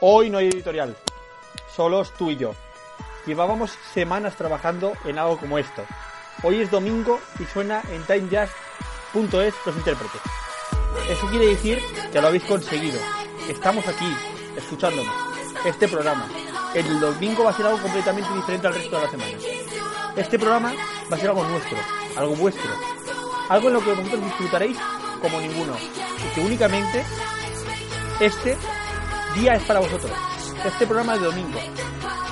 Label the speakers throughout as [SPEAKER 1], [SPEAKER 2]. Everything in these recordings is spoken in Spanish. [SPEAKER 1] Hoy no hay editorial, solos tú y yo. Llevábamos semanas trabajando en algo como esto. Hoy es domingo y suena en timejazz.es los intérpretes. Eso quiere decir que lo habéis conseguido. Estamos aquí, escuchándonos. Este programa. El domingo va a ser algo completamente diferente al resto de la semana. Este programa va a ser algo nuestro, algo vuestro. Algo en lo que vosotros disfrutaréis como ninguno. Y que únicamente este día es para vosotros. Este programa de domingo,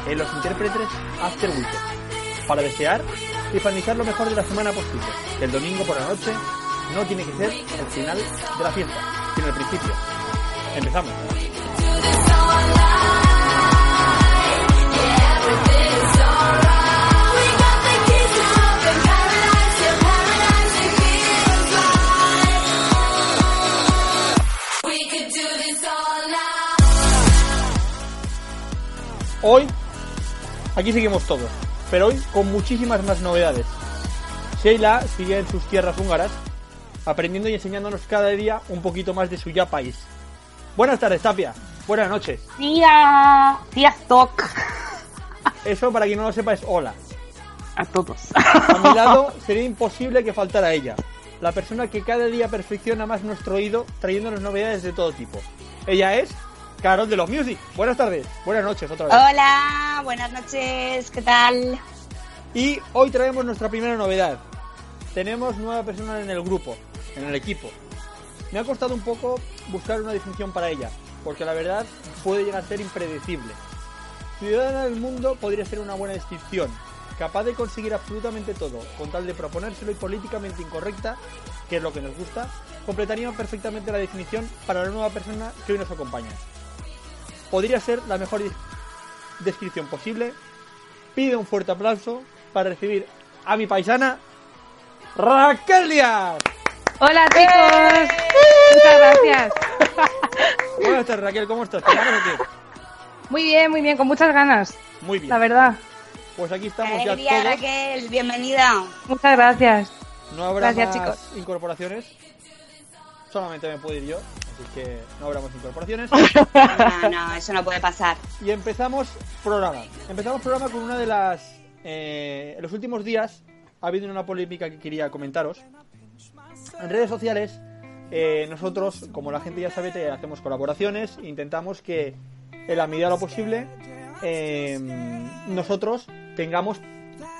[SPEAKER 1] en los intérpretes After Weekend, para desear y finalizar lo mejor de la semana posible. El domingo por la noche no tiene que ser el final de la fiesta, sino el principio. Empezamos. Hoy, aquí seguimos todos, pero hoy con muchísimas más novedades. Sheila sigue en sus tierras húngaras, aprendiendo y enseñándonos cada día un poquito más de su ya país. Buenas tardes, Tapia. Buenas noches.
[SPEAKER 2] Tía, tía Stock.
[SPEAKER 1] Eso, para quien no lo sepa, es hola.
[SPEAKER 2] A todos.
[SPEAKER 1] A mi lado sería imposible que faltara ella, la persona que cada día perfecciona más nuestro oído, trayéndonos novedades de todo tipo. Ella es Carol de los Music. Buenas tardes, buenas noches otra vez.
[SPEAKER 2] Hola, buenas noches, ¿qué tal?
[SPEAKER 1] Y hoy traemos nuestra primera novedad. Tenemos nueva persona en el grupo, en el equipo. Me ha costado un poco buscar una definición para ella, porque la verdad puede llegar a ser impredecible. Ciudadana del mundo podría ser una buena descripción, capaz de conseguir absolutamente todo, con tal de proponérselo y políticamente incorrecta, que es lo que nos gusta, completaría perfectamente la definición para la nueva persona que hoy nos acompaña. Podría ser la mejor des- descripción posible. Pido un fuerte aplauso para recibir a mi paisana, Raquel Díaz.
[SPEAKER 3] Hola
[SPEAKER 4] ¡Eh!
[SPEAKER 3] chicos, muchas gracias.
[SPEAKER 1] Buenas tardes, Raquel, ¿cómo estás? ¿Te ganas o qué?
[SPEAKER 3] Muy bien, muy bien, con muchas ganas,
[SPEAKER 1] Muy bien.
[SPEAKER 3] la verdad.
[SPEAKER 1] Pues aquí estamos ya
[SPEAKER 2] Alegría,
[SPEAKER 1] todos.
[SPEAKER 2] Raquel, bienvenida.
[SPEAKER 3] Muchas gracias.
[SPEAKER 1] No habrá
[SPEAKER 3] Gracias,
[SPEAKER 1] más incorporaciones. Solamente me puedo ir yo, así que no habrá más incorporaciones.
[SPEAKER 2] No, no, eso no puede pasar.
[SPEAKER 1] y empezamos programa. Empezamos programa con una de las... eh, en los últimos días ha habido una polémica que quería comentaros. En redes sociales, eh, nosotros, como la gente ya sabe, te- hacemos colaboraciones, intentamos que en la medida de lo posible eh, nosotros tengamos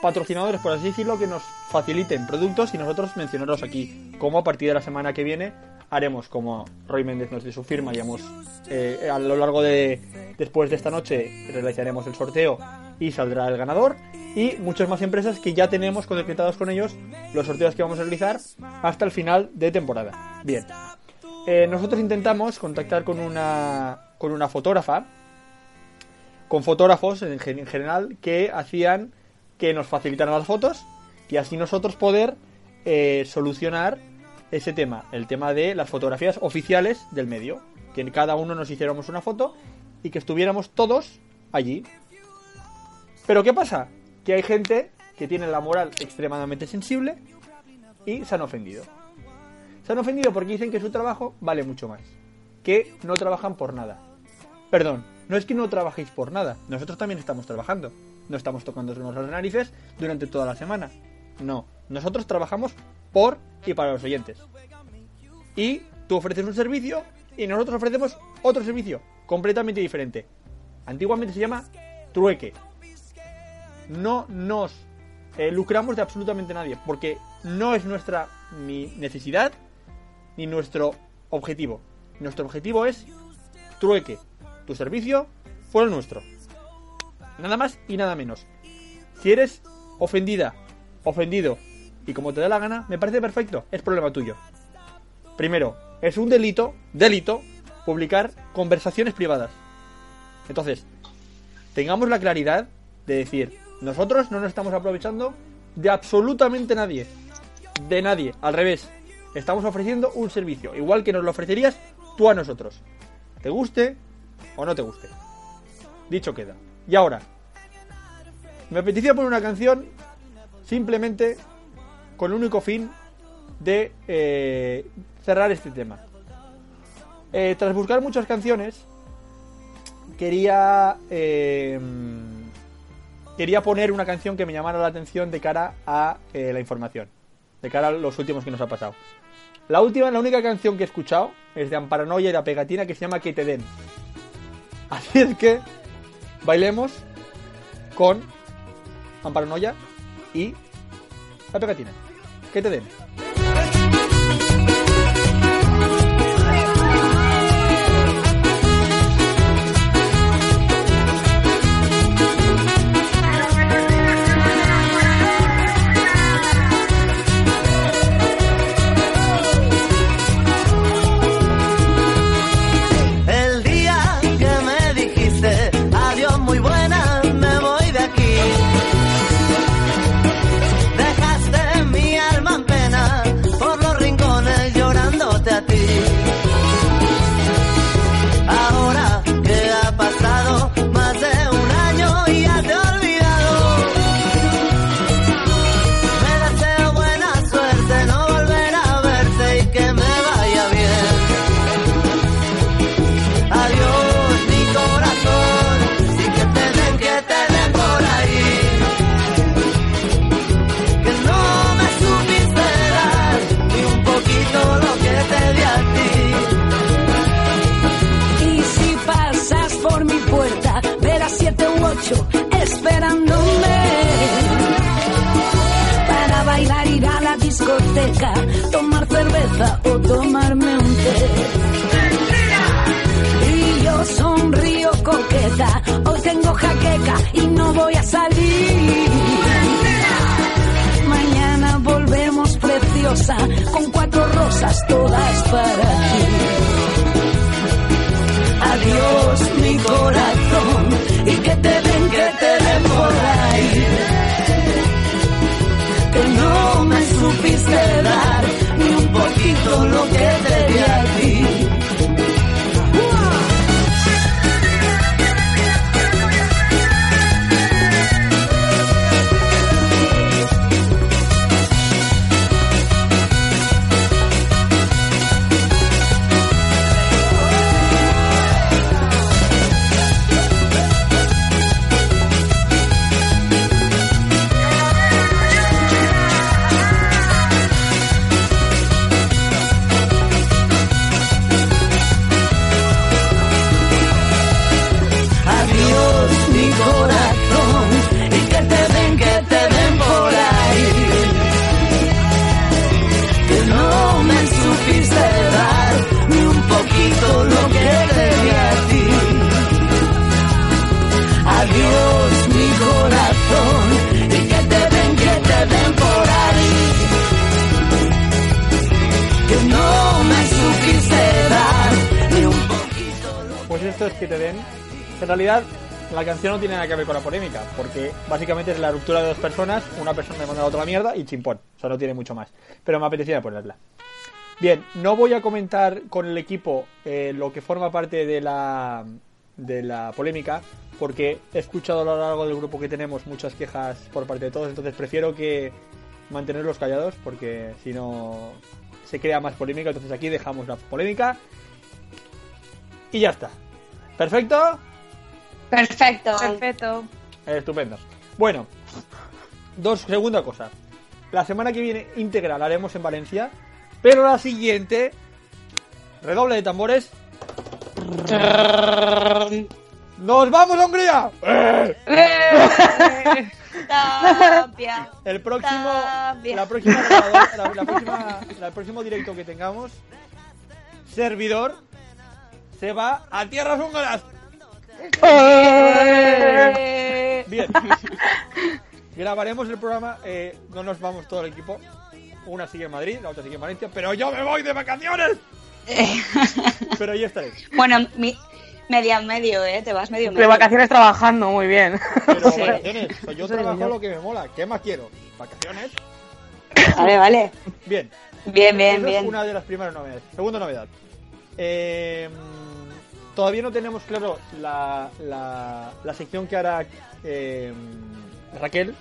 [SPEAKER 1] patrocinadores, por así decirlo, que nos faciliten productos y nosotros mencionarlos aquí. Como a partir de la semana que viene haremos, como Roy Méndez nos dio su firma, y hemos, eh, a lo largo de después de esta noche realizaremos el sorteo y saldrá el ganador. Y muchas más empresas que ya tenemos conectados con ellos los sorteos que vamos a realizar hasta el final de temporada. Bien. Eh, nosotros intentamos contactar con una, con una fotógrafa, con fotógrafos en, gen- en general, que hacían que nos facilitaran las fotos y así nosotros poder eh, solucionar ese tema, el tema de las fotografías oficiales del medio, que en cada uno nos hiciéramos una foto y que estuviéramos todos allí. Pero ¿qué pasa? Que hay gente que tiene la moral extremadamente sensible y se han ofendido. Se han ofendido porque dicen que su trabajo vale mucho más. Que no trabajan por nada. Perdón, no es que no trabajéis por nada. Nosotros también estamos trabajando. No estamos tocándonos las narices durante toda la semana. No, nosotros trabajamos por y para los oyentes. Y tú ofreces un servicio y nosotros ofrecemos otro servicio completamente diferente. Antiguamente se llama trueque. No nos eh, lucramos de absolutamente nadie porque no es nuestra ni necesidad ni nuestro objetivo. Nuestro objetivo es trueque. Tu servicio fue el nuestro. Nada más y nada menos. Si eres ofendida, ofendido y como te da la gana, me parece perfecto. Es problema tuyo. Primero, es un delito, delito, publicar conversaciones privadas. Entonces, tengamos la claridad de decir, nosotros no nos estamos aprovechando de absolutamente nadie. De nadie, al revés. Estamos ofreciendo un servicio, igual que nos lo ofrecerías tú a nosotros. Te guste o no te guste. Dicho queda. Y ahora, me apetecía poner una canción simplemente con el único fin de eh, cerrar este tema. Eh, tras buscar muchas canciones, quería eh, quería poner una canción que me llamara la atención de cara a eh, la información, de cara a los últimos que nos ha pasado. La última, la única canción que he escuchado es de Amparanoia y la pegatina que se llama Que te den. Así es que bailemos con Amparanoia y la pegatina. Que te den.
[SPEAKER 5] El día que me dijiste adiós muy buena, me voy de aquí. Dejaste mi alma en pena por los rincones llorándote a ti. Ahora que ha pasado más de un año y ya te he olvidado. Me deseo buena suerte, no volver a verte y que me vaya bien. Adiós mi corazón, y que te den, que te den por ahí. Que no me supiste dar ni un poquito lo que te di a ti.
[SPEAKER 6] Y si pasas por mi puerta, verás siete u ocho esperándome. Para bailar, ir a la discoteca, tomar cerveza o tomarme un té. Y yo sonrío coqueta, hoy tengo jaqueca y no voy a salir. Mañana volvemos preciosa, con cuatro rosas todas para ti. Adiós mi corazón y que te den, que te den por ahí. Que no me supiste dar ni un poquito lo que te di a ti. Adiós mi corazón y que te den, que te den por ahí. Que no me supiste dar ni un poquito lo que te di a ti. Adiós mi corazón y que te den, que te den por ahí. Que no me supiste dar ni un poquito lo
[SPEAKER 1] Pues esto es que te den. En realidad, la canción no tiene nada que ver con la polémica, porque básicamente es la ruptura de dos personas, una persona le manda a la otra la mierda y chimpón. O sea, no tiene mucho más. Pero me apetecía ponerla. Bien, no voy a comentar con el equipo eh, lo que forma parte de la, de la polémica, porque he escuchado a lo largo del grupo que tenemos muchas quejas por parte de todos, entonces prefiero que mantenerlos callados, porque si no se crea más polémica, entonces aquí dejamos la polémica y ya está. ¿Perfecto?
[SPEAKER 2] Perfecto.
[SPEAKER 3] Perfecto.
[SPEAKER 1] Eh, Estupendo. Bueno, dos, segunda cosa. La semana que viene integral haremos en Valencia, pero la siguiente, redoble de tambores. ¡Nos vamos a Hungría!
[SPEAKER 3] ¡Eh!
[SPEAKER 2] Tapia.
[SPEAKER 1] El próximo,
[SPEAKER 2] También.
[SPEAKER 1] la próxima, grabadora- la, la próxima, la- el próximo directo que tengamos, servidor, se va a tierras húngaras.
[SPEAKER 3] ¡Eh!
[SPEAKER 1] Bien. Grabaremos el programa, eh, no nos vamos todo el equipo. Una sigue en Madrid, la otra sigue en Valencia, pero yo me voy de vacaciones. Pero ahí estaré.
[SPEAKER 2] bueno, mi, media medio, ¿eh? Te vas medio medio.
[SPEAKER 4] De vacaciones trabajando, muy bien.
[SPEAKER 1] Pero
[SPEAKER 2] Sí.
[SPEAKER 1] vacaciones, o sea, yo
[SPEAKER 4] Eso digo
[SPEAKER 1] trabajo
[SPEAKER 4] yo.
[SPEAKER 1] lo que me mola. ¿Qué más quiero? Vacaciones.
[SPEAKER 2] Vale, vale.
[SPEAKER 1] Bien.
[SPEAKER 2] Bien, bien,
[SPEAKER 1] Esa Es
[SPEAKER 2] bien.
[SPEAKER 1] una de las primeras novedades. Segunda novedad. Eh, todavía no tenemos claro la, la, la sección que hará eh, Raquel,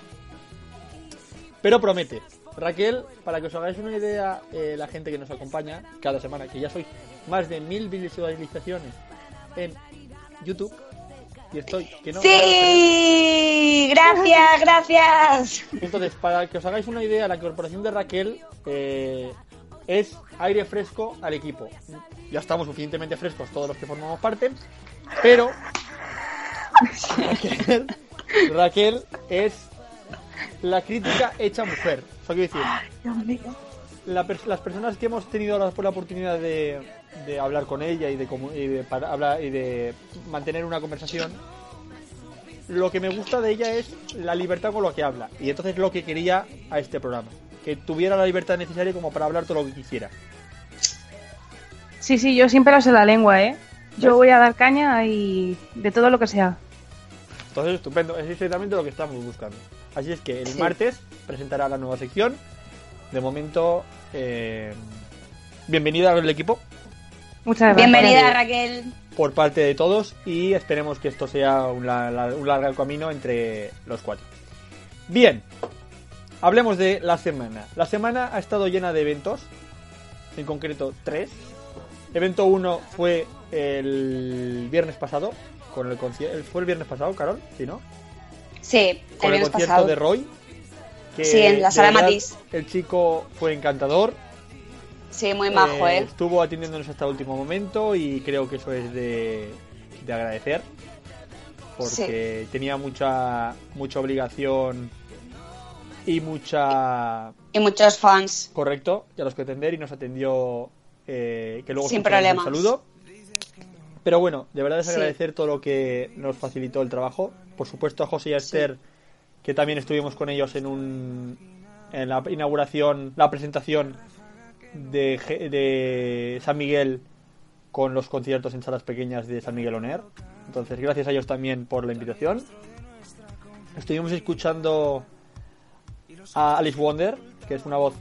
[SPEAKER 1] pero promete. Raquel, para que os hagáis una idea, eh, la gente que nos acompaña cada semana, que ya sois más de mil visualizaciones en YouTube, y estoy que no.
[SPEAKER 2] Sí, gracias, gracias.
[SPEAKER 1] Entonces, para que os hagáis una idea, la incorporación de Raquel eh, es aire fresco al equipo. Ya estamos suficientemente frescos todos los que formamos parte, pero Raquel, Raquel es la crítica hecha mujer. O sea, quiero decir, la pers- las personas que hemos tenido la, la oportunidad de, de hablar con ella y de, comu- y de para- hablar- y de mantener una conversación, lo que me gusta de ella es la libertad con lo que habla. Y entonces lo que quería a este programa, que tuviera la libertad necesaria como para hablar todo lo que quisiera.
[SPEAKER 3] Sí, sí, yo sin pelos en la lengua, ¿eh? Yo voy a dar caña y de todo lo que sea.
[SPEAKER 1] Entonces, estupendo, es exactamente lo que estamos buscando. Así es que el martes presentará la nueva sección. De momento, eh, bienvenida al equipo
[SPEAKER 3] Muchas gracias.
[SPEAKER 2] Bienvenida, Raquel.
[SPEAKER 1] por parte de todos y esperemos que esto sea un, la- la- un largo camino entre los cuatro. Bien, hablemos de la semana. La semana ha estado llena de eventos, en concreto tres. Evento uno fue el viernes pasado, con el concierto. ¿Fue el viernes pasado, Carol? ¿Sí, no?
[SPEAKER 2] Sí, el
[SPEAKER 1] con el
[SPEAKER 2] viernes
[SPEAKER 1] concierto
[SPEAKER 2] pasado.
[SPEAKER 1] de Roy. que
[SPEAKER 2] Sí, en la
[SPEAKER 1] de
[SPEAKER 2] sala
[SPEAKER 1] verdad,
[SPEAKER 2] Matisse.
[SPEAKER 1] El chico fue encantador,
[SPEAKER 2] Sí, muy majo,
[SPEAKER 1] eh,
[SPEAKER 2] ¿eh?
[SPEAKER 1] Estuvo atendiéndonos hasta el último momento y creo que eso es de, de agradecer. Porque tenía mucha, mucha obligación y mucha.
[SPEAKER 2] Y muchos fans.
[SPEAKER 1] Correcto, ya los que atender y nos atendió. eh, que luego
[SPEAKER 2] Sin
[SPEAKER 1] escucharemos el
[SPEAKER 2] problemas.
[SPEAKER 1] saludo. Pero bueno, de verdad es
[SPEAKER 2] Sí.
[SPEAKER 1] agradecer todo lo que nos facilitó el trabajo. Por supuesto a José y a Esther, que también estuvimos con ellos en un. En la inauguración, la presentación de, G- de San Miguel con los conciertos en salas pequeñas de San Miguel Oner. Entonces, gracias a ellos también por la invitación. Estuvimos escuchando a Alice Wonder, que es una voz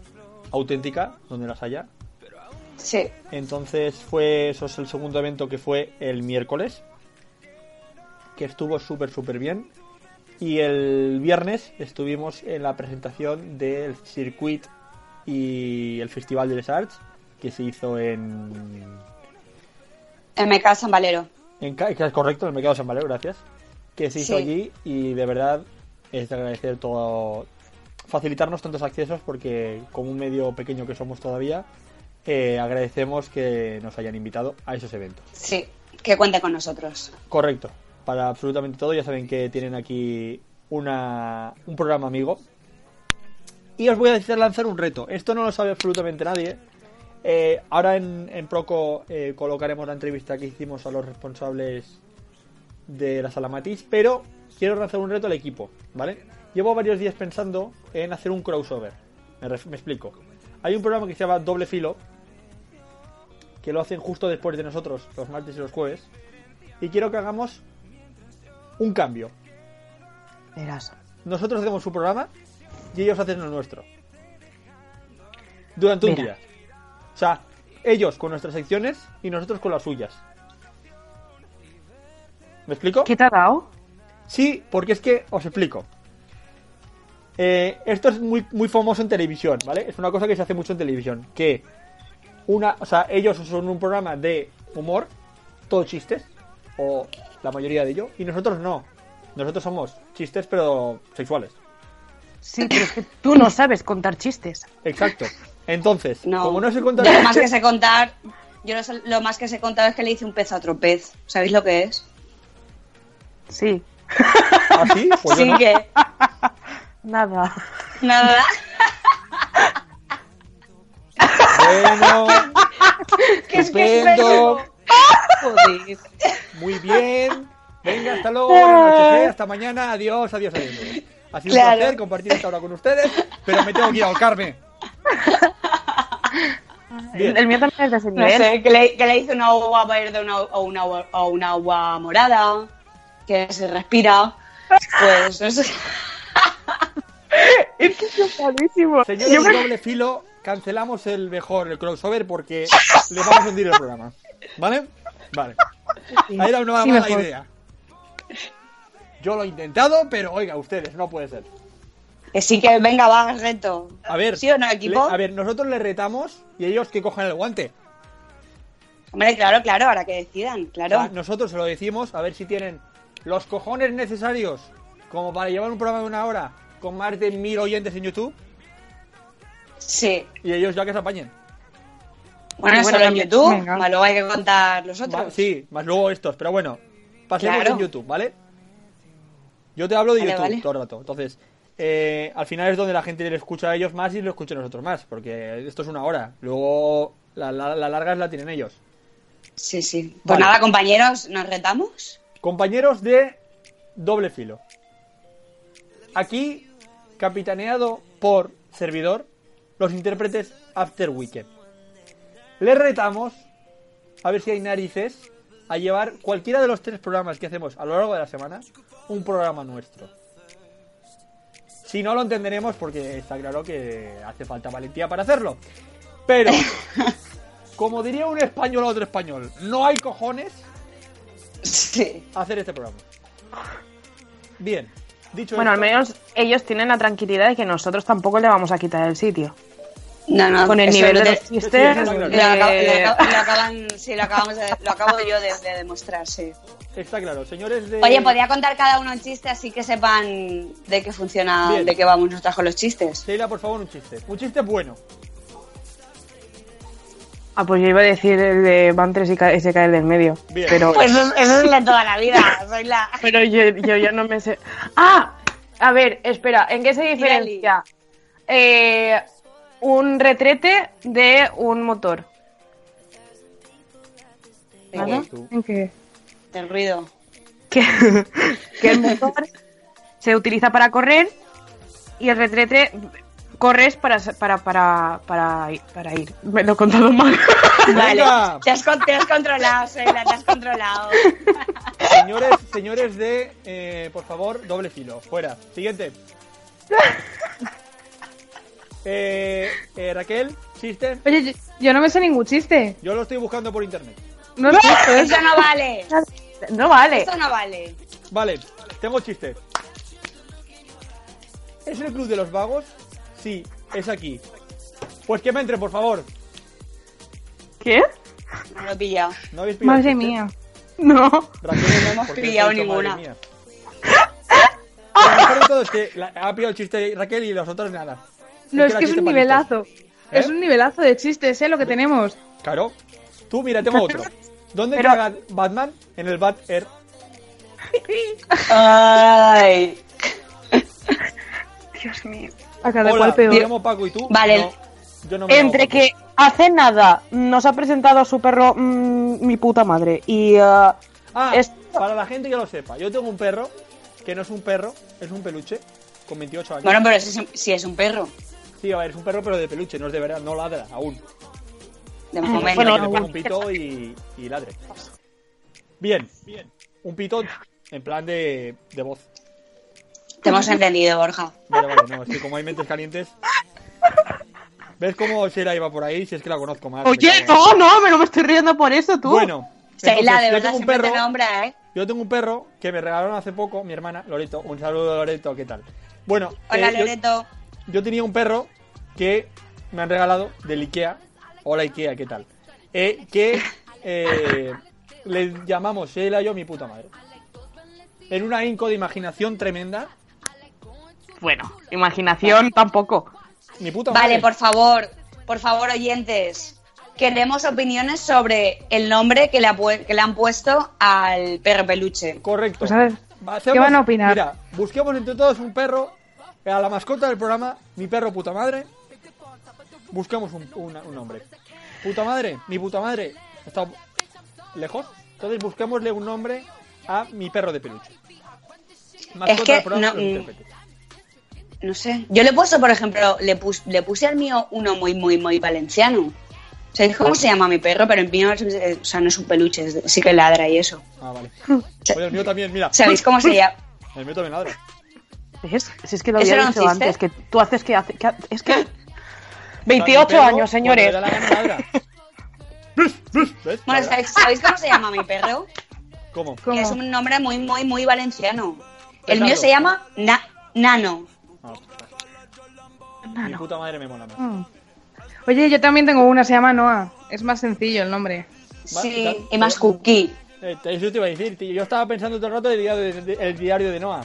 [SPEAKER 1] auténtica, donde las haya.
[SPEAKER 2] Sí.
[SPEAKER 1] Entonces fue, eso es el segundo evento que fue el miércoles, que estuvo súper, súper bien. Y el viernes estuvimos en la presentación del circuit y el Festival de Les Arts, que se hizo en...
[SPEAKER 2] MK San Valero.
[SPEAKER 1] en Ca- que es correcto, en el Mercado San Valero, gracias. Que se hizo
[SPEAKER 2] Sí.
[SPEAKER 1] allí y de verdad es de agradecer todo... Facilitarnos tantos accesos porque como un medio pequeño que somos todavía, eh, agradecemos que nos hayan invitado a esos eventos.
[SPEAKER 2] Sí, que cuente con nosotros.
[SPEAKER 1] Correcto. Para absolutamente todo, ya saben que tienen aquí una, un programa amigo. Y os voy a decir lanzar un reto. Esto no lo sabe absolutamente nadie. Eh, ahora en, en Proco eh, colocaremos la entrevista que hicimos a los responsables de la sala Matiz, pero quiero lanzar un reto al equipo, ¿vale? Llevo varios días pensando en hacer un crossover. Me, ref- me explico. Hay un programa que se llama Doble Filo, que lo hacen justo después de nosotros, los martes y los jueves y quiero que hagamos un cambio.
[SPEAKER 4] Verás.
[SPEAKER 1] Nosotros hacemos su programa y ellos hacen el nuestro. Durante un
[SPEAKER 4] Mira.
[SPEAKER 1] día. O sea, ellos con nuestras secciones y nosotros con las suyas. ¿Me explico?
[SPEAKER 3] ¿Qué te ha dado?
[SPEAKER 1] Sí, porque es que os explico. Eh, esto es muy, muy famoso en televisión, ¿vale? Es una cosa que se hace mucho en televisión. Que una, o sea, ellos son un programa de humor, todo chistes, o la mayoría de ello, y nosotros no. Nosotros somos chistes, pero sexuales.
[SPEAKER 4] Sí, pero es que tú no sabes contar chistes.
[SPEAKER 1] Exacto. Entonces,
[SPEAKER 2] No.
[SPEAKER 1] como no se cuenta
[SPEAKER 2] Yo lo más que sé contar. Yo lo, sé- lo más que sé contar es que le hice un pez a otro pez. ¿Sabéis lo que es?
[SPEAKER 4] Sí.
[SPEAKER 1] así, pues yo
[SPEAKER 2] sí
[SPEAKER 1] no.
[SPEAKER 2] que.
[SPEAKER 4] Nada.
[SPEAKER 2] Nada.
[SPEAKER 1] Bueno,
[SPEAKER 2] que es que es
[SPEAKER 1] estupendo,
[SPEAKER 2] verdad.
[SPEAKER 4] Joder.
[SPEAKER 1] muy bien. Venga, hasta luego, buenas noches, ¿eh? hasta mañana, adiós, adiós, adiós. Ha sido
[SPEAKER 2] Claro.
[SPEAKER 1] un placer compartir esta hora con ustedes, pero me tengo que ir a ahorcarme. Bien.
[SPEAKER 4] El mío también es de ese
[SPEAKER 2] No
[SPEAKER 4] nivel.
[SPEAKER 2] sé, que le, que le hice una agua verde a una, a una, agua- a una agua morada, que se respira. Pues no sé.
[SPEAKER 4] Es que es malísimo.
[SPEAKER 1] Señores,
[SPEAKER 4] Yo creo-
[SPEAKER 1] doble filo, cancelamos el mejor, el crossover, porque le vamos a hundir el programa. ¿Vale? Vale. Ahí era una
[SPEAKER 3] Sí,
[SPEAKER 1] mala
[SPEAKER 3] mejor.
[SPEAKER 1] idea. Yo lo he intentado, pero oiga, ustedes, no puede ser.
[SPEAKER 2] Que sí que venga, va, reto.
[SPEAKER 1] A ver,
[SPEAKER 2] ¿Sí o no, equipo?
[SPEAKER 1] le- a ver, nosotros les retamos y ellos que cojan el guante.
[SPEAKER 2] Hombre, claro, claro, ahora que decidan, claro.
[SPEAKER 1] Ah, Nosotros se lo decimos, a ver si tienen los cojones necesarios como para llevar un programa de una hora con más de mil oyentes en YouTube
[SPEAKER 2] Sí.
[SPEAKER 1] y ellos ya que se apañen.
[SPEAKER 2] Bueno,
[SPEAKER 4] Bueno,
[SPEAKER 2] solo en
[SPEAKER 4] también,
[SPEAKER 2] YouTube,
[SPEAKER 4] venga.
[SPEAKER 2] más luego hay que contar los
[SPEAKER 1] Ma-
[SPEAKER 2] otros.
[SPEAKER 1] sí, más luego estos, pero bueno, pasemos
[SPEAKER 2] Claro.
[SPEAKER 1] en YouTube, ¿vale? Yo te hablo de
[SPEAKER 2] Vale,
[SPEAKER 1] YouTube
[SPEAKER 2] vale.
[SPEAKER 1] todo el rato. Entonces, eh, al final es donde la gente le escucha a ellos más y lo escucha a nosotros más, porque esto es una hora. Luego la, la- la largas la tienen ellos.
[SPEAKER 2] Sí, sí. Pues
[SPEAKER 1] Vale.
[SPEAKER 2] nada, compañeros, ¿nos retamos?
[SPEAKER 1] Compañeros de doble filo. Aquí, capitaneado por servidor, los intérpretes After Weekend. Les retamos, a ver si hay narices, a llevar cualquiera de los tres programas que hacemos a lo largo de la semana, un programa nuestro. Si no lo entenderemos, porque está claro que hace falta valentía para hacerlo. Pero, como diría un español a otro español, no hay cojones
[SPEAKER 2] Sí.
[SPEAKER 1] hacer este programa. Bien, dicho
[SPEAKER 4] Bueno, al
[SPEAKER 1] esto,
[SPEAKER 4] menos ellos tienen la tranquilidad de que nosotros tampoco le vamos a quitar el sitio.
[SPEAKER 2] No, no,
[SPEAKER 4] Con el
[SPEAKER 2] eso
[SPEAKER 4] nivel
[SPEAKER 2] lo
[SPEAKER 4] de eh,
[SPEAKER 2] te-
[SPEAKER 4] los chistes.
[SPEAKER 1] eso está claro.
[SPEAKER 4] de-
[SPEAKER 2] lo acabo- lo acabo- lo acaban, sí, lo, acabamos de- lo acabo yo de, de demostrar, sí.
[SPEAKER 1] está claro, señores de...
[SPEAKER 2] Oye, podría contar cada uno un chiste así que sepan de qué funciona,
[SPEAKER 1] Bien.
[SPEAKER 2] de qué vamos nosotras con los chistes.
[SPEAKER 1] Sheila, por favor, un chiste. Un chiste bueno.
[SPEAKER 4] Ah, pues yo iba a decir el de van tres y, ca- y se cae el del medio.
[SPEAKER 1] Bien.
[SPEAKER 4] Pero,
[SPEAKER 2] Pues eso, eso es la toda la vida. Soy la.
[SPEAKER 4] pero yo, yo ya no me sé. ¡Ah! A ver, espera, ¿en qué se diferencia eh, un retrete de un motor?
[SPEAKER 1] Vamos tú.
[SPEAKER 3] ¿En qué?
[SPEAKER 2] El ruido.
[SPEAKER 4] que, que el motor se utiliza para correr y el retrete corres para para para para, para ir. Me lo he contado mal.
[SPEAKER 2] Vale.
[SPEAKER 1] Venga.
[SPEAKER 2] Te has, con- te has controlado, Soyla, te has controlado.
[SPEAKER 1] Señores, señores de, eh, por favor, doble filo. Fuera. Siguiente. Eh, eh, Raquel, chiste.
[SPEAKER 3] Oye, yo, yo no me sé ningún chiste.
[SPEAKER 1] Yo lo estoy buscando por internet.
[SPEAKER 3] No es justo, ¿eh?
[SPEAKER 2] Eso no vale.
[SPEAKER 4] No vale.
[SPEAKER 2] Eso no vale.
[SPEAKER 1] Vale, tengo chiste. ¿Es el club de los vagos? Sí, es aquí. Pues que me entre, por favor.
[SPEAKER 4] ¿Qué?
[SPEAKER 2] No lo he pillado.
[SPEAKER 1] No habéis pillado el
[SPEAKER 3] Madre
[SPEAKER 1] chiste?
[SPEAKER 3] mía.
[SPEAKER 4] No.
[SPEAKER 1] Raquel,
[SPEAKER 2] hemos
[SPEAKER 1] ¿por qué
[SPEAKER 2] pillado
[SPEAKER 1] has dicho,
[SPEAKER 2] ninguna.
[SPEAKER 1] madre mía? Lo mejor de todo es que la- ha pillado el chiste Raquel y los otros nada.
[SPEAKER 3] No, es
[SPEAKER 1] era
[SPEAKER 3] que es
[SPEAKER 1] chiste
[SPEAKER 3] un
[SPEAKER 1] para
[SPEAKER 3] nivelazo.
[SPEAKER 1] ¿Eh?
[SPEAKER 3] Es un nivelazo de chistes, ¿eh? Lo que tenemos.
[SPEAKER 1] listos. Claro. Tú, mira, tengo otro. ¿Dónde
[SPEAKER 4] Pero-
[SPEAKER 1] caga Batman? En el Bat Air.
[SPEAKER 2] Ay.
[SPEAKER 3] A cada
[SPEAKER 1] Hola,
[SPEAKER 3] cual
[SPEAKER 1] me
[SPEAKER 3] peor.
[SPEAKER 1] llamo Paco y tú.
[SPEAKER 2] Vale.
[SPEAKER 1] No, yo no me
[SPEAKER 4] Entre
[SPEAKER 1] llamo Paco.
[SPEAKER 4] que hace nada nos ha presentado a su perro mm, mi puta madre y ah,
[SPEAKER 1] Ah,
[SPEAKER 4] es-
[SPEAKER 1] para la gente que lo sepa, yo tengo un perro que no es un perro, es un peluche con 28 años.
[SPEAKER 2] Bueno, pero si es, un- si es un perro.
[SPEAKER 1] Sí, a ver, es un perro pero de peluche, no es de verdad, no ladra aún.
[SPEAKER 2] De momento.
[SPEAKER 1] Bueno,
[SPEAKER 4] Bueno,
[SPEAKER 1] le
[SPEAKER 4] no.
[SPEAKER 1] pongo un pito y, y ladre. Bien, bien. Un pito en plan de, de voz.
[SPEAKER 2] Te hemos entendido, Borja.
[SPEAKER 1] Vale, vale, no, es que como hay mentes calientes. ¿Ves cómo Sheila iba por ahí? Si es que la conozco más. me
[SPEAKER 4] Oye,
[SPEAKER 1] cago en-
[SPEAKER 4] no, no, me lo me estoy riendo por eso tú.
[SPEAKER 1] Bueno,
[SPEAKER 2] Sheila,
[SPEAKER 1] entonces,
[SPEAKER 2] de
[SPEAKER 1] yo
[SPEAKER 2] verdad,
[SPEAKER 1] tengo un
[SPEAKER 2] siempre
[SPEAKER 1] perro.
[SPEAKER 2] te nombra, ¿eh?
[SPEAKER 1] Yo tengo un perro que me regalaron hace poco, mi hermana, Loreto. Un saludo, Loreto, ¿qué tal? Bueno,
[SPEAKER 2] Hola,
[SPEAKER 1] eh, yo-
[SPEAKER 2] Loreto.
[SPEAKER 1] yo tenía un perro que me han regalado del Ikea. Hola Ikea, ¿qué tal? Eh, que eh, le llamamos Sheila y yo mi puta madre. En una inco de imaginación tremenda.
[SPEAKER 4] Bueno, imaginación tampoco.
[SPEAKER 1] Mi puta madre.
[SPEAKER 2] Vale, por favor, por favor, oyentes. Queremos opiniones sobre el nombre que le, ha pu- que le han puesto al perro peluche.
[SPEAKER 1] Correcto.
[SPEAKER 3] Pues a ver,
[SPEAKER 1] Hacemos-
[SPEAKER 3] ¿qué van a opinar?
[SPEAKER 1] Mira, busquemos entre todos un perro, eh, a la mascota del programa, mi perro puta madre. Busquemos un, un- un nombre. Puta madre, mi puta madre. Está lejos. Entonces busquémosle un nombre a mi perro de peluche. Mascota
[SPEAKER 2] que
[SPEAKER 1] del programa,
[SPEAKER 2] no-
[SPEAKER 1] los intérpretes.
[SPEAKER 2] No sé. Yo le he puesto, por ejemplo, le, pus- le puse al mío uno muy, muy, muy valenciano. ¿Sabéis
[SPEAKER 1] ¿Ah,
[SPEAKER 2] cómo se llama mi perro? Pero el mío, es- eh, o sea, no es un peluche, es de- sí que ladra y eso.
[SPEAKER 1] Ah, vale. Oye, el mío también, mira.
[SPEAKER 2] ¿Sabéis cómo se llama?
[SPEAKER 1] El mío también ladra.
[SPEAKER 4] ¿Ves? Si es que lo
[SPEAKER 2] ¿Eso
[SPEAKER 4] había
[SPEAKER 2] era un
[SPEAKER 4] dicho
[SPEAKER 2] chiste?
[SPEAKER 4] antes, que tú haces que hace, que ha- es que
[SPEAKER 1] O
[SPEAKER 4] 28
[SPEAKER 1] sea, mi perro,
[SPEAKER 4] años, señores.
[SPEAKER 1] cuando le da la gana, ladra. ¿Ves? ¿Ves? ¿Ves?
[SPEAKER 2] Bueno,
[SPEAKER 1] Ladra.
[SPEAKER 2] ¿sabéis, sabéis cómo se llama mi perro?
[SPEAKER 1] ¿Cómo?
[SPEAKER 2] Que es un nombre muy, muy, muy valenciano. El
[SPEAKER 1] Fernando.
[SPEAKER 2] mío se llama Na- Nano.
[SPEAKER 1] Ah, Mi puta madre me mola más.
[SPEAKER 3] Oye, yo también tengo una, se llama Noah. Es más sencillo el nombre.
[SPEAKER 1] y tal.
[SPEAKER 2] Sí, y más cookie.
[SPEAKER 1] Eh, Eso te iba a decir, tío. Yo estaba pensando todo el rato el diario de, el diario de Noah.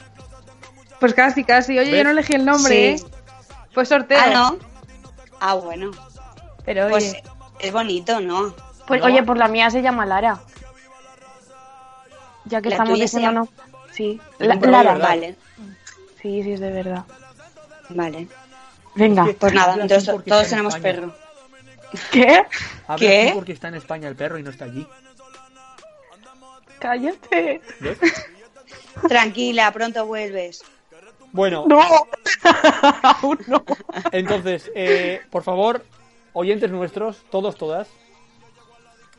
[SPEAKER 3] Pues casi, casi. Oye,
[SPEAKER 1] ¿Ves?
[SPEAKER 3] yo no elegí el nombre,
[SPEAKER 2] Sí.
[SPEAKER 3] ¿eh? Fue sorteo.
[SPEAKER 2] Ah, ¿no? Ah, bueno.
[SPEAKER 3] Pero oye,
[SPEAKER 2] Pues es bonito, ¿no?
[SPEAKER 4] Pues,
[SPEAKER 1] ¿No?
[SPEAKER 4] oye, por la mía se llama Lara. Ya que
[SPEAKER 2] La
[SPEAKER 4] estamos
[SPEAKER 2] tuya se
[SPEAKER 4] diciendo no. Sí,
[SPEAKER 1] La-
[SPEAKER 4] La-
[SPEAKER 1] Pero
[SPEAKER 4] Lara.
[SPEAKER 1] ¿verdad?
[SPEAKER 2] Vale,
[SPEAKER 4] Sí, sí, es de verdad.
[SPEAKER 2] vale.
[SPEAKER 4] Venga,
[SPEAKER 1] Es que-
[SPEAKER 2] Pues nada,
[SPEAKER 1] Habla
[SPEAKER 2] entonces
[SPEAKER 1] así porque
[SPEAKER 2] todos
[SPEAKER 1] está en
[SPEAKER 2] tenemos
[SPEAKER 1] España.
[SPEAKER 2] perro.
[SPEAKER 4] ¿qué?
[SPEAKER 1] Habla
[SPEAKER 2] ¿Qué?
[SPEAKER 1] así porque está en España el perro y no está allí.
[SPEAKER 4] Cállate.
[SPEAKER 1] ¿Ves?
[SPEAKER 2] Tranquila, pronto vuelves.
[SPEAKER 1] Bueno,
[SPEAKER 4] No. Aún no.
[SPEAKER 1] entonces, eh, por favor, oyentes nuestros, todos, todas,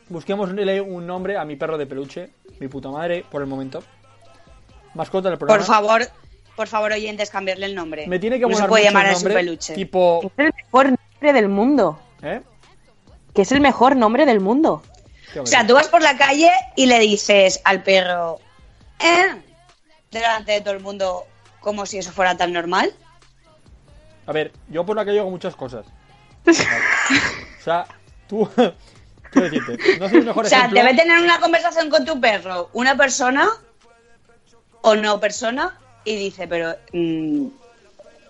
[SPEAKER 1] busquemos un nombre a mi perro de peluche, mi puta madre, por el momento. Mascota del programa.
[SPEAKER 2] Por favor, por favor, oyentes, cambiarle el nombre.
[SPEAKER 1] Me tiene que
[SPEAKER 2] No se
[SPEAKER 1] molar
[SPEAKER 2] puede
[SPEAKER 1] mucho
[SPEAKER 2] llamar
[SPEAKER 1] el
[SPEAKER 2] a su
[SPEAKER 1] nombre,
[SPEAKER 2] peluche.
[SPEAKER 1] Tipo,
[SPEAKER 4] Es el mejor nombre del mundo.
[SPEAKER 1] ¿eh?
[SPEAKER 4] Que es el mejor nombre del mundo.
[SPEAKER 1] Qué
[SPEAKER 2] O sea,
[SPEAKER 1] horror.
[SPEAKER 2] tú vas por la calle y le dices al perro, ¿eh? Delante de todo el mundo, como si eso fuera tan normal.
[SPEAKER 1] A ver, yo por la calle hago muchas cosas. O sea, tú. Quiero decirte, no soy el mejor
[SPEAKER 2] O sea,
[SPEAKER 1] ejemplo.
[SPEAKER 2] debe tener una conversación con tu perro, una persona o no persona, y dice, pero. mm,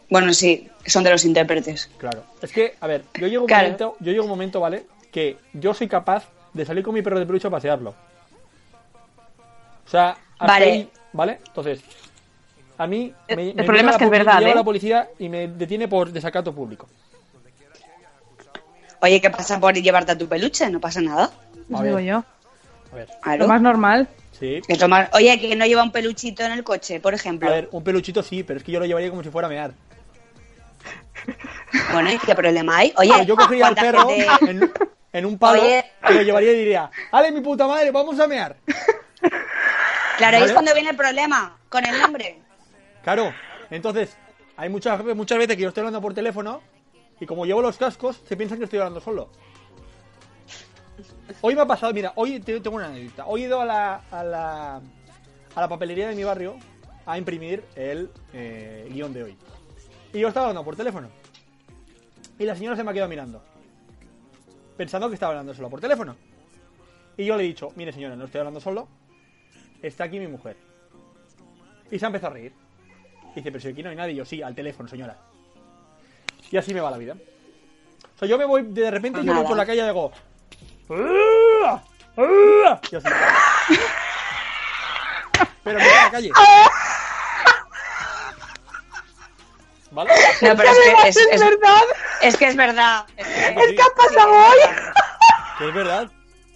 [SPEAKER 2] bueno, sí, son de los intérpretes.
[SPEAKER 1] Claro. Es que, a ver, yo llego, un
[SPEAKER 2] Claro.
[SPEAKER 1] momento, yo llego un momento, ¿vale? Que yo soy capaz de salir con mi perro de peluche a pasearlo. O sea, hasta
[SPEAKER 2] Vale.
[SPEAKER 1] ahí, ¿vale? Entonces, a mí.
[SPEAKER 4] El- el
[SPEAKER 1] llega
[SPEAKER 4] problema es
[SPEAKER 1] la
[SPEAKER 4] que es
[SPEAKER 1] poli-
[SPEAKER 4] verdad,
[SPEAKER 1] me lleva
[SPEAKER 4] ¿eh?
[SPEAKER 1] la policía y me detiene por desacato público.
[SPEAKER 2] Oye, ¿qué pasa por llevarte a tu peluche? No pasa nada.
[SPEAKER 1] A
[SPEAKER 3] os
[SPEAKER 1] ver,
[SPEAKER 3] digo yo.
[SPEAKER 1] A ver,
[SPEAKER 2] Claro.
[SPEAKER 3] Lo más normal.
[SPEAKER 1] sí.
[SPEAKER 2] Es lo más- Oye, que no lleva un peluchito en el coche, por
[SPEAKER 1] A
[SPEAKER 2] ejemplo.
[SPEAKER 1] ver, un peluchito sí, pero es que yo lo llevaría como si fuera a mear.
[SPEAKER 2] Bueno, ¿y ¿qué problema hay? Oye,
[SPEAKER 1] Pero yo cogería al
[SPEAKER 2] ¿cuánta
[SPEAKER 1] perro
[SPEAKER 2] gente-
[SPEAKER 1] en, en un palo
[SPEAKER 2] Oye.
[SPEAKER 1] y lo llevaría y diría: ¡Ale, mi puta madre, vamos a mear!
[SPEAKER 2] Claro, ahí
[SPEAKER 1] ¿Vale?
[SPEAKER 2] es cuando viene el problema, con el nombre.
[SPEAKER 1] Claro, entonces, hay muchas, muchas veces que yo estoy hablando por teléfono y como llevo los cascos, se piensan que estoy hablando solo. Hoy me ha pasado, mira, hoy te- tengo una anécdota. Hoy he ido a la, a la, a la papelería de mi barrio a imprimir el eh, guión de hoy. Y yo estaba hablando por teléfono. Y la señora se me ha quedado mirando. Pensando que estaba hablando solo por teléfono. Y yo le he dicho, mire señora, no estoy hablando solo. Está aquí mi mujer. Y se ha empezado a reír. Y dice, pero si aquí no hay nadie. Y yo, sí, al teléfono, señora. Y así me va la vida. O sea, yo me voy, de repente
[SPEAKER 2] Pues
[SPEAKER 1] yo voy
[SPEAKER 2] nada.
[SPEAKER 1] por la calle y hago... "Uah, uah", y así. Pero me voy a la calle. ¿Vale?
[SPEAKER 2] No, pero es que es, es- es que es verdad. Es que,
[SPEAKER 1] Es que ha
[SPEAKER 2] pasado hoy.
[SPEAKER 1] Pues
[SPEAKER 2] Eh.
[SPEAKER 1] Que es verdad.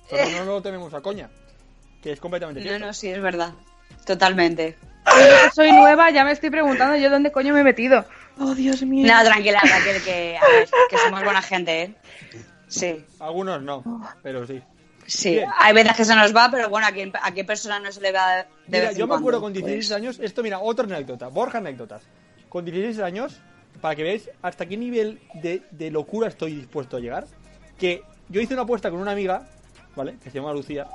[SPEAKER 1] Pero no lo tememos a coña. Que es completamente
[SPEAKER 2] No,
[SPEAKER 1] cierto.
[SPEAKER 2] no, sí, es verdad. Totalmente.
[SPEAKER 3] Yo que soy nueva, ya me estoy preguntando yo dónde coño me he metido.
[SPEAKER 4] Oh, Dios mío.
[SPEAKER 2] No, tranquila, Raquel, que, a ver, que somos buena gente, ¿eh? Sí,
[SPEAKER 1] Algunos no, pero sí.
[SPEAKER 2] sí.
[SPEAKER 1] Bien.
[SPEAKER 2] Hay veces que se nos va, pero bueno, ¿a quién, a qué persona no se le va de
[SPEAKER 1] Mira,
[SPEAKER 2] vez en
[SPEAKER 1] yo me acuerdo con
[SPEAKER 2] cuando? Pues.
[SPEAKER 1] 16 años, esto mira, otra anécdota, Borja anécdotas. Con 16 años, para que veáis hasta qué nivel de, de locura estoy dispuesto a llegar, que yo hice una apuesta con una amiga, ¿vale? Que se llama Lucía,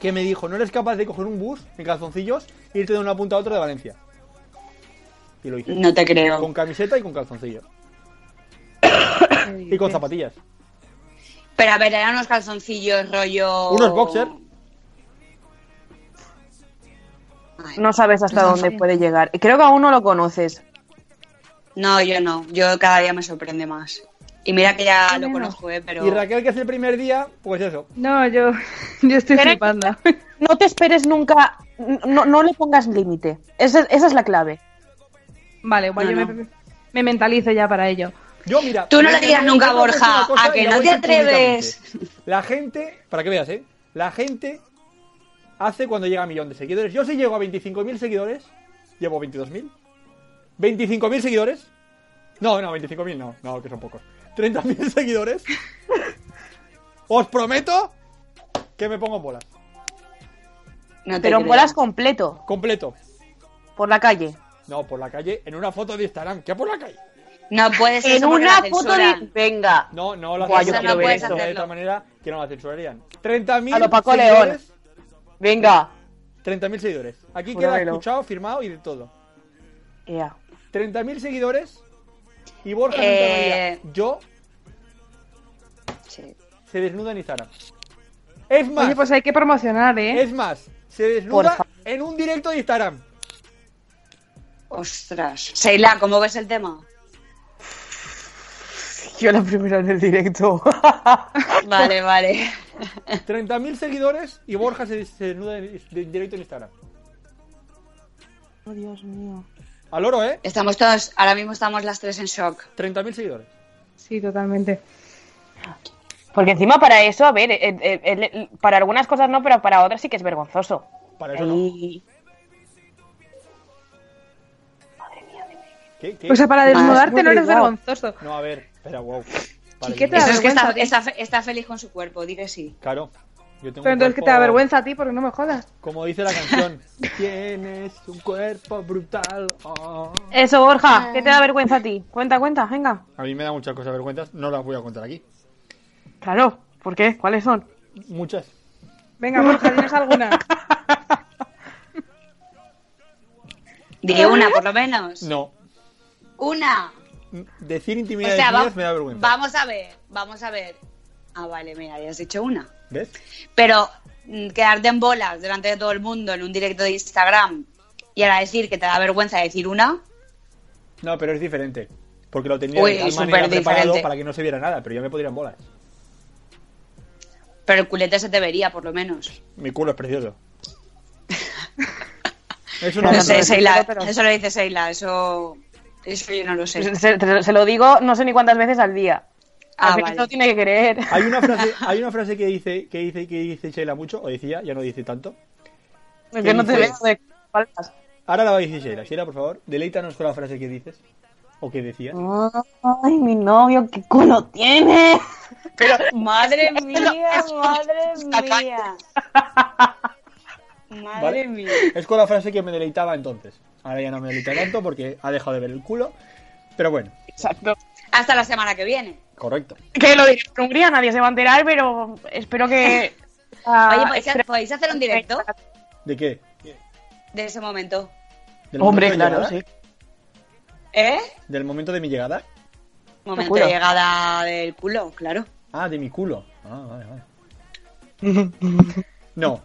[SPEAKER 1] que me dijo, no eres capaz de coger un bus en calzoncillos e irte de una punta a otra de Valencia. Y lo hice.
[SPEAKER 2] Pues, No te creo.
[SPEAKER 1] Con camiseta y con calzoncillo. y con zapatillas.
[SPEAKER 2] Pero a ver, eran unos calzoncillos rollo...
[SPEAKER 1] Unos boxer.
[SPEAKER 2] Ay,
[SPEAKER 4] No sabes hasta dónde puede llegar. Y Creo que aún no lo conoces.
[SPEAKER 2] No, yo no. Yo cada día me sorprende más. Y mira que ya lo
[SPEAKER 3] Bueno.
[SPEAKER 2] conozco, ¿eh? Pero...
[SPEAKER 1] Y Raquel, que es el primer día, pues eso.
[SPEAKER 3] No, yo, yo estoy
[SPEAKER 4] Pero-
[SPEAKER 3] flipando.
[SPEAKER 4] No te esperes nunca, no, no le pongas límite. Esa, esa es la clave.
[SPEAKER 3] Vale, igual
[SPEAKER 2] No,
[SPEAKER 3] yo
[SPEAKER 2] no.
[SPEAKER 3] Me, me mentalizo ya para ello.
[SPEAKER 1] Yo, mira.
[SPEAKER 2] Tú no
[SPEAKER 1] yo
[SPEAKER 2] le
[SPEAKER 1] te
[SPEAKER 2] digas
[SPEAKER 1] voy
[SPEAKER 2] nunca,
[SPEAKER 1] contar una
[SPEAKER 2] Borja,
[SPEAKER 1] cosa
[SPEAKER 2] a
[SPEAKER 1] y
[SPEAKER 2] que
[SPEAKER 1] la
[SPEAKER 2] no
[SPEAKER 1] voy
[SPEAKER 2] te
[SPEAKER 1] a decir
[SPEAKER 2] atreves.
[SPEAKER 1] públicamente. La gente, para que veas, ¿eh? La gente hace cuando llega a millón de seguidores. Yo si llego a 25.000 seguidores, llevo 22.000. 25.000 seguidores. No, no, 25.000 no, no, que son pocos. 30.000 seguidores. Os prometo que me pongo en bolas.
[SPEAKER 2] No te
[SPEAKER 4] Pero en
[SPEAKER 2] creo.
[SPEAKER 4] bolas completo,
[SPEAKER 1] Completo.
[SPEAKER 4] por la calle.
[SPEAKER 1] No, por la calle, en una foto de Instagram. ¿Qué por la calle?
[SPEAKER 2] No puedes
[SPEAKER 4] En una foto de. Venga.
[SPEAKER 1] No, no la
[SPEAKER 4] Buah, yo
[SPEAKER 1] censuran,
[SPEAKER 4] quiero ver
[SPEAKER 1] de
[SPEAKER 4] eso.
[SPEAKER 1] De otra manera, que no la censurarían.
[SPEAKER 4] A
[SPEAKER 1] 30.000
[SPEAKER 4] lo Paco
[SPEAKER 1] seguidores.
[SPEAKER 4] Venga.
[SPEAKER 1] 30.000 seguidores. Aquí
[SPEAKER 4] Juro
[SPEAKER 1] queda
[SPEAKER 4] que no.
[SPEAKER 1] escuchado, firmado y de todo.
[SPEAKER 4] Ea.
[SPEAKER 1] 30.000 seguidores. Y Borja
[SPEAKER 2] Eh.
[SPEAKER 1] Santamaría, yo,
[SPEAKER 2] Sí.
[SPEAKER 1] se desnuda en Instagram. Es más,
[SPEAKER 3] Oye, pues hay que promocionar, ¿eh?
[SPEAKER 1] Ah. es más, se desnuda
[SPEAKER 4] Porfa.
[SPEAKER 1] en un directo de Instagram.
[SPEAKER 2] Ostras. Seila, ¿cómo ves el tema?
[SPEAKER 4] Yo la primera en el directo.
[SPEAKER 2] Vale, vale.
[SPEAKER 1] 30.000 seguidores y Borja se, se desnuda en, en directo en Instagram.
[SPEAKER 4] Oh, Dios mío.
[SPEAKER 1] Al oro, ¿eh?
[SPEAKER 2] Estamos todos, ahora mismo estamos las tres en shock.
[SPEAKER 1] 30.000 seguidores.
[SPEAKER 3] Sí, totalmente.
[SPEAKER 4] Porque encima para eso, a ver, eh, eh, eh, para algunas cosas no, pero para otras sí que es vergonzoso.
[SPEAKER 1] Para eso no.
[SPEAKER 4] Ahí.
[SPEAKER 1] ¿Qué? ¿Qué?
[SPEAKER 3] O sea, para desnudarte
[SPEAKER 4] muy
[SPEAKER 3] no eres
[SPEAKER 4] guau.
[SPEAKER 3] vergonzoso.
[SPEAKER 1] No, a ver, espera, wow. Para
[SPEAKER 3] Chiqueta.
[SPEAKER 1] mí-
[SPEAKER 2] Eso es que está,
[SPEAKER 3] vergüenza,
[SPEAKER 2] está- está feliz con su cuerpo, di que sí.
[SPEAKER 1] Claro. Yo tengo un
[SPEAKER 3] Pero entonces que te
[SPEAKER 1] cuerpo-
[SPEAKER 3] da vergüenza a ti porque no me jodas.
[SPEAKER 1] Como dice la canción, tienes un cuerpo brutal. oh.
[SPEAKER 4] Eso, Borja, ¿qué te da vergüenza a ti? Cuenta, cuenta, venga.
[SPEAKER 1] A mí me da muchas cosas vergüenzas, no las voy a contar aquí.
[SPEAKER 4] Claro, ¿por qué? ¿Cuáles son?
[SPEAKER 1] Muchas.
[SPEAKER 3] Venga, Borja, tienes alguna.
[SPEAKER 2] Di una, por lo menos.
[SPEAKER 1] No.
[SPEAKER 2] Una.
[SPEAKER 1] Decir
[SPEAKER 2] O
[SPEAKER 1] intimidades
[SPEAKER 2] sea, va-
[SPEAKER 1] mías me da vergüenza.
[SPEAKER 2] vamos a ver, vamos a ver. Ah, vale, mira, ya has dicho una.
[SPEAKER 1] ¿Ves?
[SPEAKER 2] Pero mm, quedarte en bolas delante de todo el mundo en un directo de Instagram y ahora decir que te da vergüenza decir una,
[SPEAKER 1] No, pero es diferente. Porque lo tenía
[SPEAKER 2] Uy,
[SPEAKER 1] de tal
[SPEAKER 2] súper
[SPEAKER 1] manera preparado
[SPEAKER 2] diferente.
[SPEAKER 1] para que no se viera nada, pero yo me podría en bolas.
[SPEAKER 2] pero el culete se te vería, por lo menos.
[SPEAKER 1] Mi culo es precioso. Eso no
[SPEAKER 2] No,
[SPEAKER 1] me
[SPEAKER 2] sé,
[SPEAKER 4] pero-
[SPEAKER 2] Seila,
[SPEAKER 4] pero-
[SPEAKER 2] eso lo dice Seila, eso, eso yo no lo sé.
[SPEAKER 4] Se, se- se lo digo no sé ni cuántas veces al día.
[SPEAKER 2] Ah,
[SPEAKER 4] Así que
[SPEAKER 2] vale.
[SPEAKER 4] no tiene que creer.
[SPEAKER 1] Hay una frase, hay una frase que dice, que dice, que dice Sheila mucho, o decía, ya no dice tanto.
[SPEAKER 4] Yo no te
[SPEAKER 1] dices?
[SPEAKER 4] veo de faltas.
[SPEAKER 1] Ahora la va a decir Sheila. Sheila, por favor, deleítanos con la frase que dices. O que decías.
[SPEAKER 4] Ay, mi novio, qué culo tiene.
[SPEAKER 2] Madre mía,
[SPEAKER 4] eso-
[SPEAKER 2] madre mía. Madre
[SPEAKER 1] ¿Vale?
[SPEAKER 2] mía.
[SPEAKER 1] Es con la frase que me deleitaba entonces. Ahora ya no me deleita tanto porque ha dejado de ver el culo. Pero bueno,
[SPEAKER 4] Exacto.
[SPEAKER 2] Hasta la semana que viene.
[SPEAKER 1] correcto.
[SPEAKER 4] Que lo diré en Hungría, nadie se va a enterar, pero espero que. ah,
[SPEAKER 2] Oye, ¿podéis,
[SPEAKER 4] espero-
[SPEAKER 2] podéis hacer un directo
[SPEAKER 1] ¿De qué?
[SPEAKER 2] de ese momento?
[SPEAKER 1] ¿Del
[SPEAKER 4] Hombre,
[SPEAKER 1] momento de llegada?
[SPEAKER 4] claro, sí.
[SPEAKER 2] ¿Eh?
[SPEAKER 1] ¿Del momento de mi llegada?
[SPEAKER 2] Momento
[SPEAKER 4] culo.
[SPEAKER 2] de llegada del culo, claro.
[SPEAKER 1] Ah, de mi culo. Ah, vale, vale. No,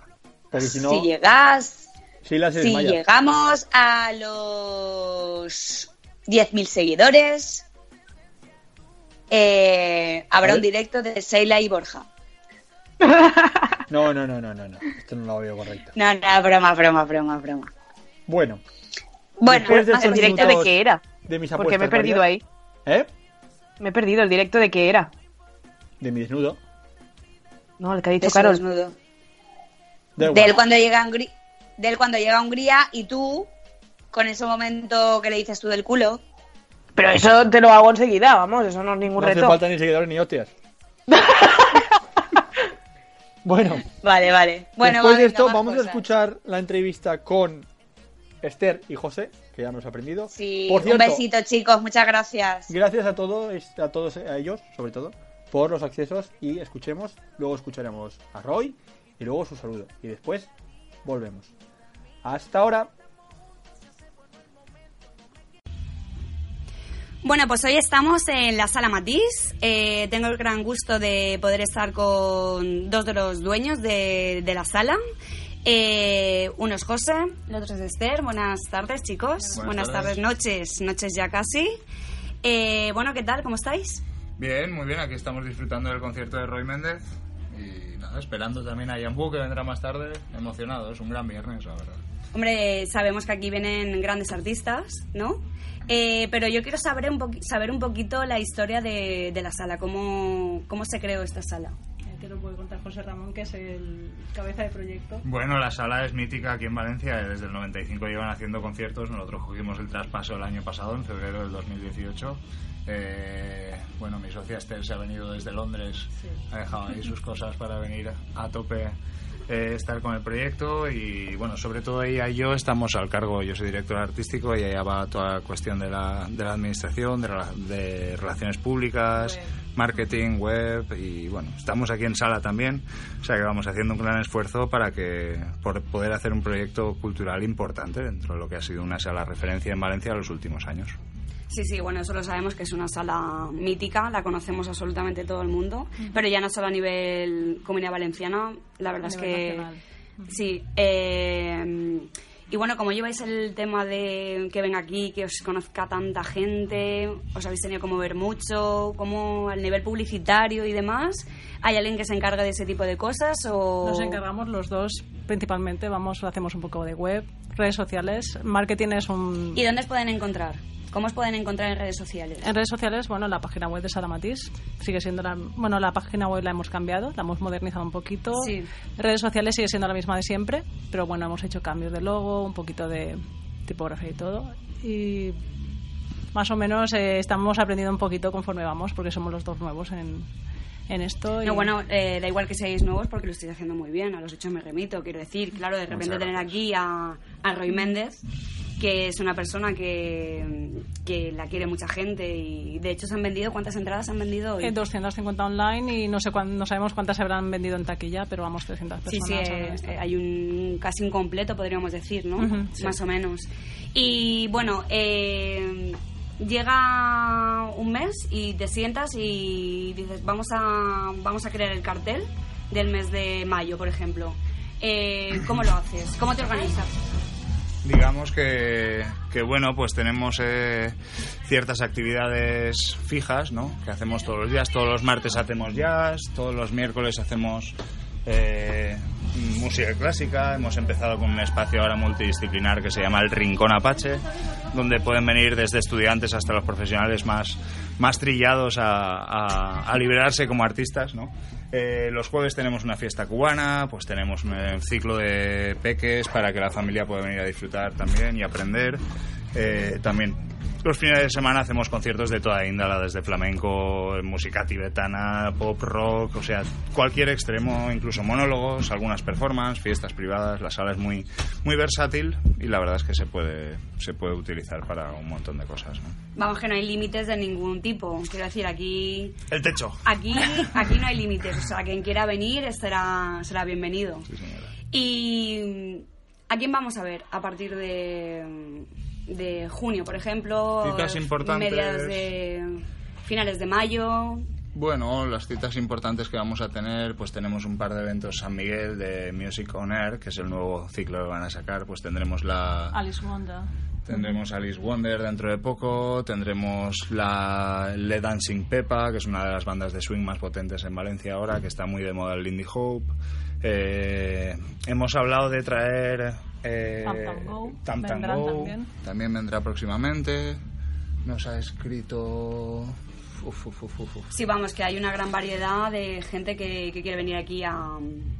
[SPEAKER 1] porque si no,
[SPEAKER 2] Si llegas,
[SPEAKER 1] Sheila se
[SPEAKER 2] si
[SPEAKER 1] desmaya.
[SPEAKER 2] llegamos a los 10.000 seguidores, eh, habrá
[SPEAKER 1] ¿Vale?
[SPEAKER 2] un directo de Seila y Borja.
[SPEAKER 1] No, no, no, no, no, no. Esto no lo veo correcto.
[SPEAKER 2] No, no, broma, broma, broma, broma.
[SPEAKER 1] Bueno,
[SPEAKER 2] Bueno,
[SPEAKER 1] Después de
[SPEAKER 2] más
[SPEAKER 1] estos
[SPEAKER 4] ¿El
[SPEAKER 2] o menos.
[SPEAKER 4] Ah, directo
[SPEAKER 1] minutos-
[SPEAKER 4] de qué era?
[SPEAKER 1] de mis apuestas.
[SPEAKER 4] Porque me he perdido
[SPEAKER 1] varias-
[SPEAKER 4] ahí.
[SPEAKER 1] ¿Eh?
[SPEAKER 4] Me he perdido el directo de qué era.
[SPEAKER 1] De mi desnudo.
[SPEAKER 4] No, el que ha
[SPEAKER 2] de
[SPEAKER 4] dicho
[SPEAKER 2] su
[SPEAKER 4] Carol.
[SPEAKER 2] desnudo.
[SPEAKER 1] Da igual.
[SPEAKER 2] De él cuando llega a Hungría, de él cuando llega a Hungría y tú con ese momento que le dices tú del culo.
[SPEAKER 4] Pero eso te lo hago enseguida, vamos, eso no es ningún
[SPEAKER 1] No hace
[SPEAKER 4] reto.
[SPEAKER 1] falta ni seguidores ni hostias. bueno,
[SPEAKER 2] Vale, vale. Bueno,
[SPEAKER 1] después
[SPEAKER 2] va,
[SPEAKER 1] de
[SPEAKER 2] venga,
[SPEAKER 1] esto
[SPEAKER 2] más
[SPEAKER 1] vamos
[SPEAKER 2] cosas.
[SPEAKER 1] a escuchar la entrevista con Esther y José, que ya hemos aprendido.
[SPEAKER 2] Sí,
[SPEAKER 1] Por
[SPEAKER 2] un
[SPEAKER 1] cierto,
[SPEAKER 2] besito, chicos. Muchas gracias.
[SPEAKER 1] Gracias a todos, a todos a ellos, sobre todo, por los accesos y escuchemos, luego escucharemos a Roy y luego su saludo. Y después volvemos. Hasta ahora.
[SPEAKER 2] Bueno, pues hoy estamos en la sala Matiz. Eh, tengo el gran gusto de poder estar con dos de los dueños de, de la sala. Eh, uno es José, el otro es Esther. Buenas tardes, chicos. Buenas, tardes. noches, noches ya casi. Eh, bueno, ¿qué tal? ¿Cómo estáis?
[SPEAKER 7] Bien, muy bien, aquí estamos disfrutando del concierto de Roy Méndez y nada, esperando también a Jambu que vendrá más tarde, emocionado, es un gran viernes, la verdad.
[SPEAKER 2] Hombre, sabemos que aquí vienen grandes artistas, ¿no? Eh, pero yo quiero saber un, poqui- saber un poquito la historia de, de la sala, cómo, cómo se creó esta sala.
[SPEAKER 8] que lo puede contar José Ramón, que es el cabeza de proyecto.
[SPEAKER 7] Bueno, la sala es mítica aquí en Valencia. eh, Desde el 95 llevan haciendo conciertos. Nosotros cogimos el traspaso el año pasado, en febrero del 2018. Eh, bueno, mi socia Esther se ha venido desde Londres,
[SPEAKER 8] Sí.
[SPEAKER 7] ha dejado ahí sus cosas para venir a tope, eh, estar con el proyecto y bueno, sobre todo ella y yo estamos al cargo, yo soy director artístico y ella va a toda la cuestión de la, de la administración, de, rela- de relaciones públicas, marketing, web y bueno, estamos aquí en sala también, o sea que vamos haciendo un gran esfuerzo para que por poder hacer un proyecto cultural importante dentro de lo que ha sido una sala referencia en Valencia en los últimos años.
[SPEAKER 2] Sí, sí, bueno, eso lo sabemos que es una sala mítica, la conocemos absolutamente todo el mundo, pero ya no solo a nivel Comunidad Valenciana, la verdad
[SPEAKER 8] A
[SPEAKER 2] es
[SPEAKER 8] nivel
[SPEAKER 2] que...
[SPEAKER 8] nacional.
[SPEAKER 2] Sí, eh, y bueno, como lleváis el tema de que venga aquí, que os conozca tanta gente, os habéis tenido que mover mucho, como al nivel publicitario y demás, ¿hay alguien que se encarga de ese tipo de cosas o...?
[SPEAKER 8] Nos encargamos los dos principalmente, vamos, hacemos un poco de web, redes sociales, marketing es un...
[SPEAKER 2] ¿Y dónde os pueden encontrar? ¿Cómo os pueden encontrar en redes sociales?
[SPEAKER 8] En redes sociales, bueno, la página web de Sala Matiz sigue siendo la... Bueno, la página web la hemos cambiado, la hemos modernizado un poquito.
[SPEAKER 2] Sí.
[SPEAKER 8] Redes sociales sigue siendo la misma de siempre, pero bueno, hemos hecho cambios de logo, un poquito de tipografía y todo. Y más o menos eh, estamos aprendiendo un poquito conforme vamos, porque somos los dos nuevos en, en esto. y-
[SPEAKER 2] No, bueno, eh, da igual que seáis nuevos porque lo estáis haciendo muy bien, a los hechos me remito, quiero decir, claro, de repente
[SPEAKER 7] Muchas
[SPEAKER 2] tener aquí a, a Roy Méndez, que es una persona que, que la quiere mucha gente y de hecho se han vendido, ¿cuántas entradas se han vendido hoy?
[SPEAKER 8] Eh, 250 online y no sé cuán- no sabemos cuántas se habrán vendido en taquilla, pero vamos, 300
[SPEAKER 2] Sí,
[SPEAKER 8] personas.
[SPEAKER 2] sí,
[SPEAKER 8] habrán
[SPEAKER 2] eh,
[SPEAKER 8] estado.
[SPEAKER 2] hay un casi un completo, podríamos decir, ¿no?
[SPEAKER 8] Ujú, sí.
[SPEAKER 2] Más o menos. Y bueno, eh, llega un mes y te sientas y dices, vamos a, Ah, vamos a crear el cartel del mes de mayo, por ejemplo. Eh, ¿Cómo lo haces? ¿Cómo te organizas?
[SPEAKER 7] digamos que, que, bueno, pues tenemos eh, ciertas actividades fijas, ¿no? Que hacemos todos los días. Todos los martes hacemos jazz, todos los miércoles hacemos eh, música clásica. Hemos empezado con un espacio ahora multidisciplinar que se llama el Rincón Apache, donde pueden venir desde estudiantes hasta los profesionales más, más trillados a, a- a liberarse como artistas, ¿no? Eh, los jueves tenemos una fiesta cubana, pues tenemos un eh, ciclo de peques para que la familia pueda venir a disfrutar también y aprender. Eh, también los fines de semana hacemos conciertos de toda índala, desde flamenco, música tibetana, pop rock, o sea, cualquier extremo, incluso monólogos, algunas performances, fiestas privadas. La sala es muy, muy versátil y la verdad es que se puede, se puede utilizar para un montón de cosas. ¿no?
[SPEAKER 2] Vamos, que no hay límites de ningún tipo. Quiero decir, aquí,
[SPEAKER 7] El techo.
[SPEAKER 2] aquí, aquí no hay límites. O sea, quien quiera venir estará, será bienvenido.
[SPEAKER 7] Sí, señora.
[SPEAKER 2] ¿Y a quién vamos a ver a partir de, de junio, por ejemplo?
[SPEAKER 7] Citas importantes.
[SPEAKER 2] Mediados de. finales de mayo.
[SPEAKER 7] Bueno, las citas importantes que vamos a tener, pues tenemos un par de eventos San Miguel de Music On Air, que es el nuevo ciclo que van a sacar, pues tendremos la
[SPEAKER 8] Alice Wanda.
[SPEAKER 7] tendremos Alice Wonder dentro de poco, tendremos la Le Dancing Peppa, que es una de las bandas de swing más potentes en Valencia ahora, que está muy de moda el Lindy Hope. Eh, hemos hablado de traer eh,
[SPEAKER 8] Tam Tam Go,
[SPEAKER 7] Tam Tam
[SPEAKER 8] vendrán
[SPEAKER 7] Go,
[SPEAKER 8] también.
[SPEAKER 7] también vendrá próximamente. Nos ha escrito uf, uf, uf, uf, uf.
[SPEAKER 2] Sí, vamos, que hay una gran variedad de gente que, que quiere venir aquí a,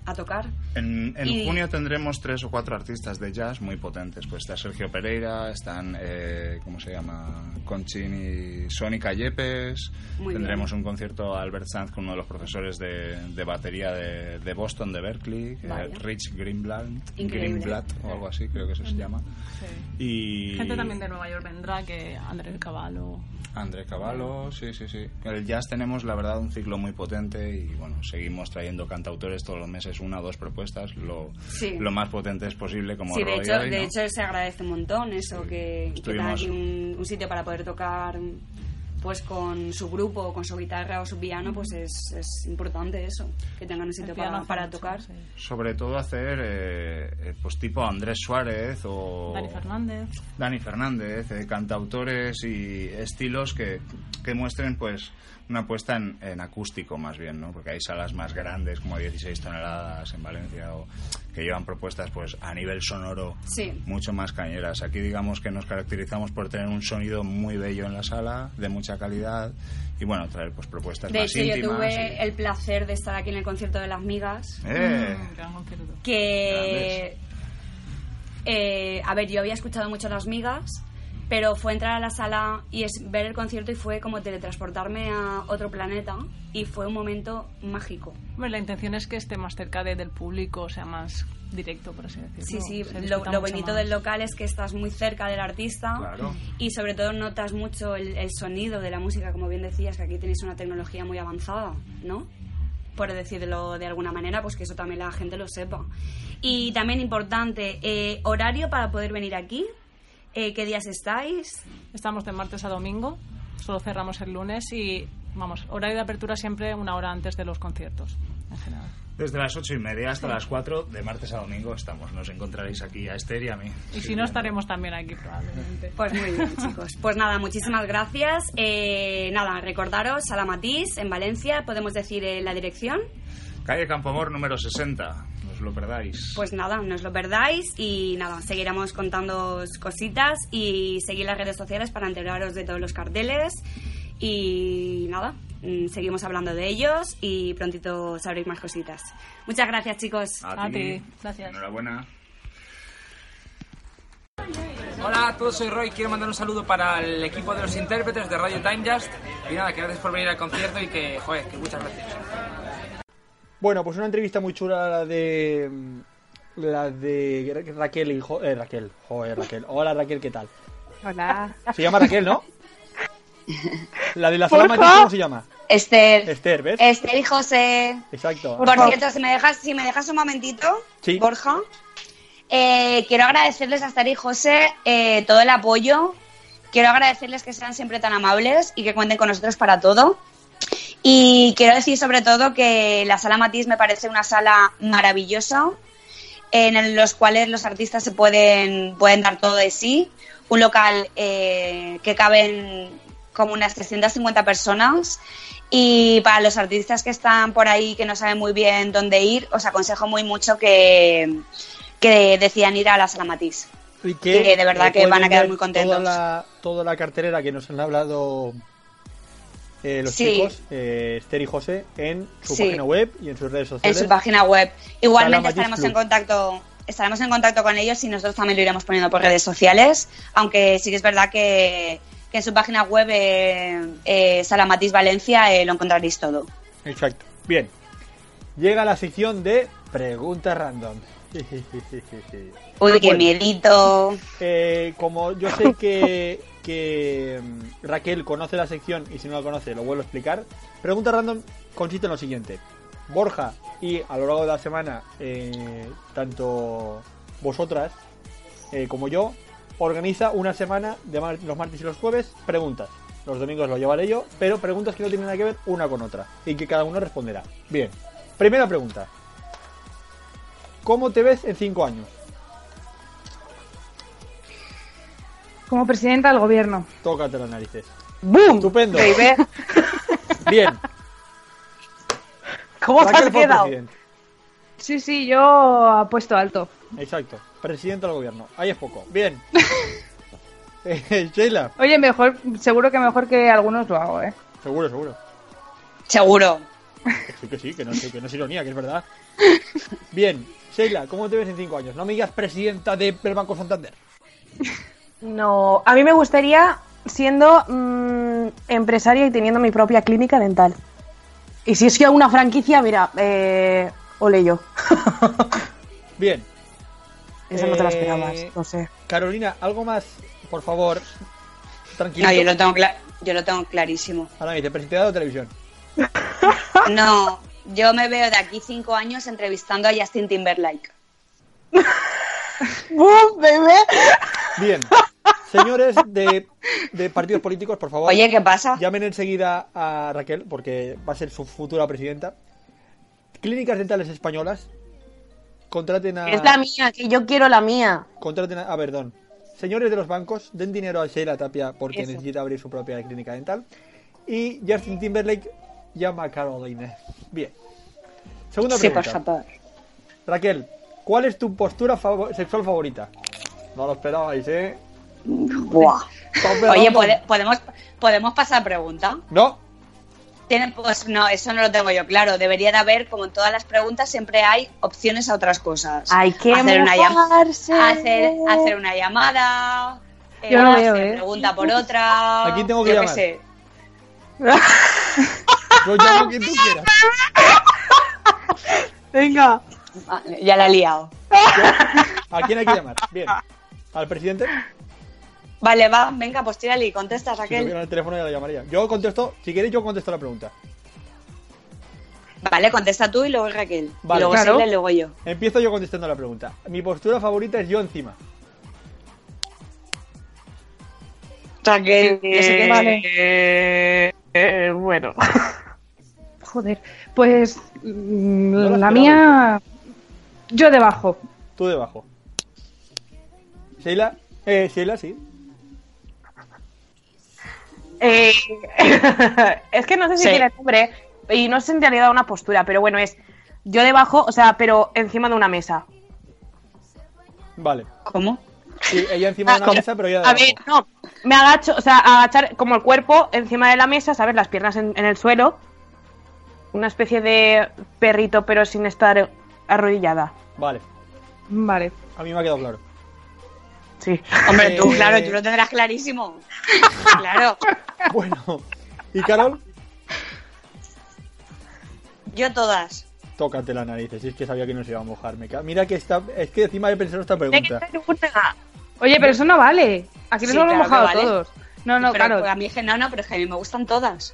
[SPEAKER 2] a tocar.
[SPEAKER 7] En, en
[SPEAKER 2] Y-
[SPEAKER 7] junio tendremos tres o cuatro artistas de jazz muy potentes. Pues está Sergio Pereira, están, eh, ¿cómo se llama? Conchin y Sónica Yepes.
[SPEAKER 2] Muy
[SPEAKER 7] tendremos un concierto a Albert Sanz con uno de los profesores de, de batería de, de Boston, de Berkeley, que
[SPEAKER 2] Vaya.
[SPEAKER 7] es Rich Greenblatt,
[SPEAKER 2] Increíble.
[SPEAKER 7] Greenblatt o algo así, creo que eso se llama. Y
[SPEAKER 8] Gente también de Nueva York vendrá, que Andrés Cavallo.
[SPEAKER 7] André Cavallo, sí, sí, sí. El jazz tenemos, la verdad, un ciclo muy potente y, bueno, seguimos trayendo cantautores todos los meses, una o dos propuestas, lo,
[SPEAKER 2] Sí.
[SPEAKER 7] lo más potentes posible, como
[SPEAKER 2] sí, de
[SPEAKER 7] Roy
[SPEAKER 2] hecho,
[SPEAKER 7] hoy,
[SPEAKER 2] de
[SPEAKER 7] ¿no?
[SPEAKER 2] hecho se agradece un montón eso, que, que tengan
[SPEAKER 7] Estuvimos-
[SPEAKER 2] aquí un, un sitio para poder tocar pues con su grupo, con su guitarra o su piano, pues es, es importante eso, que tengan un sitio para, para tocar.
[SPEAKER 7] Sobre todo hacer, eh, eh, pues, tipo Andrés Suárez o...
[SPEAKER 8] Dani Fernández.
[SPEAKER 7] Dani Fernández, eh, cantautores y estilos que, que muestren pues una apuesta en, en acústico más bien, ¿no? Porque hay salas más grandes, como 16 toneladas en Valencia, o que llevan propuestas pues a nivel sonoro
[SPEAKER 2] Sí.
[SPEAKER 7] mucho más cañeras. Aquí digamos que nos caracterizamos por tener un sonido muy bello en la sala, de mucha calidad, y bueno, traer pues propuestas
[SPEAKER 2] De
[SPEAKER 7] más
[SPEAKER 2] hecho, yo
[SPEAKER 7] íntimas.
[SPEAKER 2] tuve el placer de estar aquí en el concierto de las migas.
[SPEAKER 7] y- ¡Eh!
[SPEAKER 2] Mm. que eh, a ver yo había escuchado mucho las migas pero fue entrar a la sala y es ver el concierto y fue como teletransportarme a otro planeta y fue un momento mágico
[SPEAKER 8] Hombre, la intención es que esté más cerca de- del público, o sea, más directo, por así decirlo.
[SPEAKER 2] sí sí
[SPEAKER 8] Se
[SPEAKER 2] lo,
[SPEAKER 8] disfruta mucho
[SPEAKER 2] lo bonito
[SPEAKER 8] más.
[SPEAKER 2] del local es que estás muy cerca del artista
[SPEAKER 7] Claro.
[SPEAKER 2] y sobre todo notas mucho el, el sonido de la música como bien decías que aquí tenéis una tecnología muy avanzada no por decirlo de alguna manera, pues que eso también la gente lo sepa. Y también importante, eh, horario para poder venir aquí. Eh, ¿Qué días estáis?
[SPEAKER 8] Estamos de martes a domingo, solo cerramos el lunes y, vamos, horario de apertura siempre una hora antes de los conciertos, en general.
[SPEAKER 7] Desde las ocho y media hasta las 4, de martes a domingo estamos. Nos encontraréis aquí a Esther y a mí.
[SPEAKER 8] Y si no, estaremos también aquí probablemente.
[SPEAKER 2] Pues muy bien, chicos. Pues nada, muchísimas gracias. Eh, nada, recordaros, Sala Matiz, en Valencia, podemos decir eh, la dirección.
[SPEAKER 7] Calle Campomor número 60. No os lo perdáis.
[SPEAKER 2] Pues nada, no os lo perdáis y nada, seguiremos contando cositas y seguir las redes sociales para enteraros de todos los carteles. Y nada, mm, seguimos hablando de ellos y prontito sabréis más cositas. Muchas gracias, chicos.
[SPEAKER 7] A ti.
[SPEAKER 8] Gracias.
[SPEAKER 7] Enhorabuena.
[SPEAKER 9] Hola a todos, soy Roy. Quiero mandar un saludo para el equipo de los intérpretes de Radio Time Just. Y nada, que gracias por venir al concierto y que, joder, que muchas gracias.
[SPEAKER 1] Bueno, pues una entrevista muy chula la de la de Ra- Raquel y jo- eh, Raquel, joder, Raquel. Hola Raquel, ¿qué tal?
[SPEAKER 10] Hola.
[SPEAKER 1] Se llama Raquel, ¿no? La de la
[SPEAKER 10] Por
[SPEAKER 1] sala Matiz,
[SPEAKER 10] favor.
[SPEAKER 1] ¿cómo se llama?
[SPEAKER 2] Esther.
[SPEAKER 1] Esther, ¿ves?
[SPEAKER 2] Esther y José.
[SPEAKER 1] Exacto.
[SPEAKER 2] Eh, Por cierto, si me dejas, si me dejas un momentito,
[SPEAKER 1] ¿eh? Sí.
[SPEAKER 2] Borja, eh, quiero agradecerles a Esther y José eh, todo el apoyo. Quiero agradecerles que sean siempre tan amables y que cuenten con nosotros para todo. Y quiero decir sobre todo que la sala Matiz me parece una sala maravillosa en el- los cuales los artistas se pueden, pueden dar todo de sí. Un local eh, que caben como unas 350 personas y para los artistas que están por ahí que no saben muy bien dónde ir, os aconsejo muy mucho que, que decidan ir a la sala Matiz.
[SPEAKER 1] Y
[SPEAKER 2] que de verdad
[SPEAKER 1] eh,
[SPEAKER 2] que van a
[SPEAKER 1] pueden
[SPEAKER 2] quedar
[SPEAKER 1] ver
[SPEAKER 2] muy contentos.
[SPEAKER 1] Toda la, toda la cartelera que nos han hablado eh, los
[SPEAKER 2] Sí.
[SPEAKER 1] chicos, eh, Esther y José, en su
[SPEAKER 2] Sí.
[SPEAKER 1] página web y en sus redes
[SPEAKER 2] En
[SPEAKER 1] sociales.
[SPEAKER 2] su página web. Igualmente
[SPEAKER 1] Matiz
[SPEAKER 2] estaremos
[SPEAKER 1] Club.
[SPEAKER 2] en contacto. Estaremos en contacto con ellos y nosotros también lo iremos poniendo por redes sociales, aunque sí que es verdad que, que en su página web, eh, eh, Sala Matiz Valencia, eh, lo encontraréis todo.
[SPEAKER 1] Exacto. Bien. Llega la sección de preguntas random.
[SPEAKER 2] Uy, qué
[SPEAKER 1] Bueno,
[SPEAKER 2] miedito.
[SPEAKER 1] eh, como yo sé que, que, mm, Raquel conoce la sección y si no la conoce lo vuelvo a explicar, pregunta random consiste en lo siguiente. Borja y a lo largo de la semana, eh, tanto vosotras eh, como yo, organiza una semana de mar- los martes y los jueves preguntas. Los domingos lo llevaré yo, pero preguntas que no tienen nada que ver una con otra y que cada uno responderá. Bien, primera pregunta. ¿Cómo te ves en cinco años?
[SPEAKER 3] Como presidenta del gobierno.
[SPEAKER 1] Tócate las narices.
[SPEAKER 3] ¡Boom!
[SPEAKER 1] Estupendo.
[SPEAKER 3] Baby.
[SPEAKER 1] Bien.
[SPEAKER 3] ¿Cómo te has
[SPEAKER 1] Raquel por
[SPEAKER 3] quedado?
[SPEAKER 1] presidente.
[SPEAKER 3] Sí, sí, yo apuesto alto.
[SPEAKER 1] Exacto. Presidente del gobierno. Ahí es poco. Bien. Eh, Sheila,
[SPEAKER 3] Oye, mejor, seguro que mejor que algunos lo hago, ¿eh?
[SPEAKER 1] seguro, seguro.
[SPEAKER 2] Seguro.
[SPEAKER 1] Que sí, que sí, que no, sé, que no es ironía, que es verdad. Bien, Sheila, ¿cómo te ves en cinco años? No me digas presidenta de- del Banco Santander.
[SPEAKER 4] No, a mí me gustaría siendo mm, empresaria y teniendo mi propia clínica dental. Y si es que una franquicia, mira, eh, ole yo.
[SPEAKER 1] Bien.
[SPEAKER 4] Esa no te la
[SPEAKER 1] Eh,
[SPEAKER 4] esperabas, no sé.
[SPEAKER 1] Carolina, algo más, por favor. Tranquilo.
[SPEAKER 2] No, yo lo tengo, cla- yo lo tengo clarísimo.
[SPEAKER 1] Ahora dice, presidenta de televisión.
[SPEAKER 2] No, yo me veo de aquí cinco años entrevistando a Justin Timberlake.
[SPEAKER 4] ¡Bum, bebé!
[SPEAKER 1] Bien. Señores de, de partidos políticos, por favor.
[SPEAKER 2] Oye, ¿qué pasa?
[SPEAKER 1] Llamen enseguida a Raquel, porque va a ser su futura presidenta. Clínicas dentales españolas. Contraten a.
[SPEAKER 4] Es la mía, que yo quiero la mía.
[SPEAKER 1] Contraten a. Ah, perdón. Señores de los bancos, den dinero a Sheila Tapia porque
[SPEAKER 4] Eso.
[SPEAKER 1] necesita abrir su propia clínica dental. Y Justin Timberlake llama a Caroline. Bien. Segunda
[SPEAKER 2] Se
[SPEAKER 1] pregunta.
[SPEAKER 2] pasa por.
[SPEAKER 1] Raquel, ¿cuál es tu postura favo- sexual favorita? No lo esperabais, ¿eh?
[SPEAKER 2] Buah. Oye, ¿pode- podemos, podemos pasar pregunta.
[SPEAKER 1] No,
[SPEAKER 2] Tienen- pues no, eso no lo tengo yo claro. Debería de haber, como en todas las preguntas, siempre hay opciones a otras cosas.
[SPEAKER 4] Hay que
[SPEAKER 2] hacer una, llam-
[SPEAKER 4] mojarse.
[SPEAKER 2] hacer, hacer una llamada. eh,
[SPEAKER 4] Yo no
[SPEAKER 2] hacer
[SPEAKER 4] veo, ¿eh?
[SPEAKER 2] Pregunta por otra.
[SPEAKER 1] Aquí tengo que
[SPEAKER 2] yo qué
[SPEAKER 1] llamar.
[SPEAKER 2] sé.
[SPEAKER 1] yo llamo a quien tú quieras.
[SPEAKER 4] Venga.
[SPEAKER 2] Ah, Ya la he liado.
[SPEAKER 1] ¿A quién hay que llamar? Bien. ¿Al presidente?
[SPEAKER 2] Vale, va, venga, pues tírale y contesta,
[SPEAKER 1] Si
[SPEAKER 2] Raquel.
[SPEAKER 1] tuviera el teléfono ya lo llamaría. Yo contesto, si queréis yo contesto la pregunta.
[SPEAKER 2] Vale, contesta tú y luego Raquel. Y
[SPEAKER 1] Vale.
[SPEAKER 2] luego
[SPEAKER 1] Claro.
[SPEAKER 2] Sheila y luego yo.
[SPEAKER 1] Empiezo yo contestando la pregunta. Mi postura favorita es yo encima.
[SPEAKER 2] Raquel,
[SPEAKER 1] yo sé que- Vale.
[SPEAKER 4] Eh, eh, bueno.
[SPEAKER 3] Joder, pues mm,
[SPEAKER 1] No lo
[SPEAKER 3] la
[SPEAKER 1] esperaba,
[SPEAKER 3] mía... Yo debajo.
[SPEAKER 1] Tú debajo. Sheila, eh, Sheila, sí.
[SPEAKER 4] Eh, es que no sé si
[SPEAKER 1] Sí.
[SPEAKER 4] tiene nombre y no sé en realidad una postura, pero bueno, es yo debajo, o sea, pero encima de una mesa.
[SPEAKER 1] Vale.
[SPEAKER 2] ¿Cómo?
[SPEAKER 1] Sí, ella encima de una mesa, pero ella
[SPEAKER 4] A
[SPEAKER 1] debajo.
[SPEAKER 4] ver, no, me agacho, o sea, agachar como el cuerpo encima de la mesa, ¿sabes? Las piernas en, en el suelo. Una especie de perrito, pero sin estar arrodillada.
[SPEAKER 1] Vale.
[SPEAKER 3] Vale.
[SPEAKER 1] A mí me ha quedado claro.
[SPEAKER 4] Sí.
[SPEAKER 2] Hombre, tú,
[SPEAKER 1] Eh,
[SPEAKER 2] claro, tú lo tendrás clarísimo. Claro.
[SPEAKER 1] Bueno. ¿Y Carol?
[SPEAKER 2] Yo todas.
[SPEAKER 1] Tócate la nariz, si es que sabía que no se iba a mojar. me ca- Mira que está. Es que encima he pensado esta pregunta.
[SPEAKER 3] Oye, pero eso no vale. Aquí nos
[SPEAKER 2] Sí,
[SPEAKER 3] hemos
[SPEAKER 2] claro que
[SPEAKER 3] mojado
[SPEAKER 2] vale.
[SPEAKER 3] todos. No, no,
[SPEAKER 2] Pero
[SPEAKER 3] claro.
[SPEAKER 2] A mí es que no, no, pero es que a mí me gustan todas.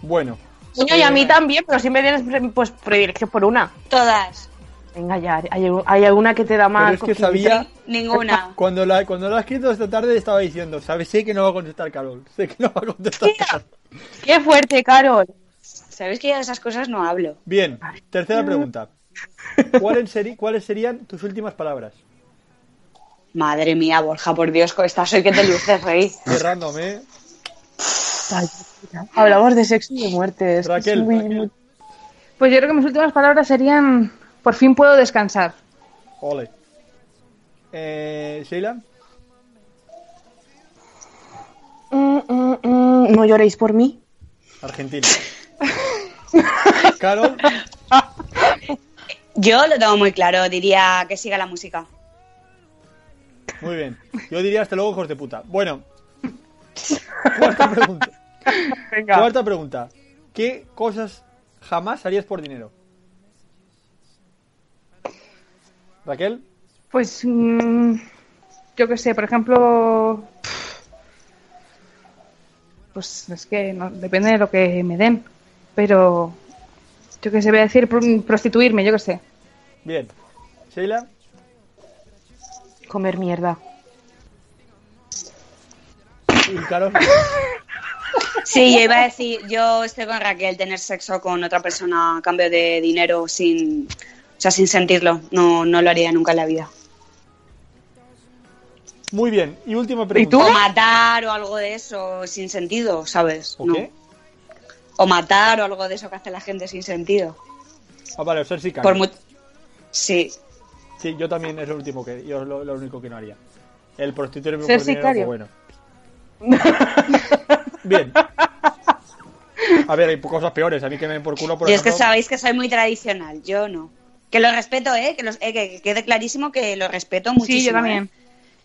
[SPEAKER 1] Bueno.
[SPEAKER 4] Coño, pues, y a mí también, pero siempre tienes pre- pues privilegios por una.
[SPEAKER 2] Todas.
[SPEAKER 4] Venga, ya, hay, hay alguna que te da
[SPEAKER 1] Pero
[SPEAKER 4] más.
[SPEAKER 1] es que
[SPEAKER 4] cosquillita.
[SPEAKER 1] sabía.
[SPEAKER 2] Ninguna.
[SPEAKER 1] Cuando la, cuando la ha escrito esta tarde estaba diciendo, ¿sabes? Sé que no va a contestar Carol. Sé que no va a contestar Carol.
[SPEAKER 4] ¡Qué fuerte, Carol!
[SPEAKER 2] Sabes que yo de esas cosas no hablo.
[SPEAKER 1] Bien, tercera pregunta. ¿Cuáles, seri- ¿Cuáles serían tus últimas palabras?
[SPEAKER 2] Madre mía, Borja, por Dios, con esta soy que te luces, rey.
[SPEAKER 1] Qué random, ¿eh?
[SPEAKER 4] Ay, Hablamos de sexo y de muerte. es que es
[SPEAKER 1] Raquel,
[SPEAKER 4] muy- Mm,
[SPEAKER 1] Raquel.
[SPEAKER 3] Pues yo creo que mis últimas palabras serían... Por fin puedo descansar.
[SPEAKER 1] Ole. Eh, Sheila,
[SPEAKER 4] Mm, mm, mm, no lloréis por mí.
[SPEAKER 1] Argentina. Carol,
[SPEAKER 2] Yo lo tengo muy claro, diría que siga la música.
[SPEAKER 1] muy bien. Yo diría hasta luego, hijos de puta. Bueno. Cuarta pregunta. Cuarta pregunta. ¿Qué cosas jamás harías por dinero? Raquel,
[SPEAKER 3] Pues mm, yo qué sé, por ejemplo, pues es que no, depende de lo que me den, pero yo qué sé, voy a decir pr- prostituirme, yo qué sé.
[SPEAKER 1] bien. Sheila,
[SPEAKER 4] Comer mierda.
[SPEAKER 1] y Carol.
[SPEAKER 2] Sí, yo iba a decir, yo estoy con Raquel, tener sexo con otra persona a cambio de dinero sin, o sea, sin sentirlo. No, no lo haría nunca en la vida.
[SPEAKER 1] Muy bien. Y última pregunta.
[SPEAKER 2] O matar o algo de eso sin sentido, ¿sabes?
[SPEAKER 1] ¿O
[SPEAKER 2] No.
[SPEAKER 1] qué?
[SPEAKER 2] O matar o algo de eso que hace la gente sin sentido.
[SPEAKER 1] Ah, vale, o ser sicario.
[SPEAKER 2] Por mu- Sí,
[SPEAKER 1] Sí, yo también es lo último que yo es lo, lo único que no haría. El prostituirme
[SPEAKER 4] Ser
[SPEAKER 1] por dinero,
[SPEAKER 4] sicario.
[SPEAKER 1] pues bueno. Bien. A ver, hay cosas peores, a mí que me den por culo por
[SPEAKER 2] y es que
[SPEAKER 1] ejemplo.
[SPEAKER 2] sabéis que soy muy tradicional, yo no. Que lo respeto, ¿eh? Que, los- eh, que- que quede clarísimo que lo respeto muchísimo.
[SPEAKER 3] sí, yo también.
[SPEAKER 2] ¿eh?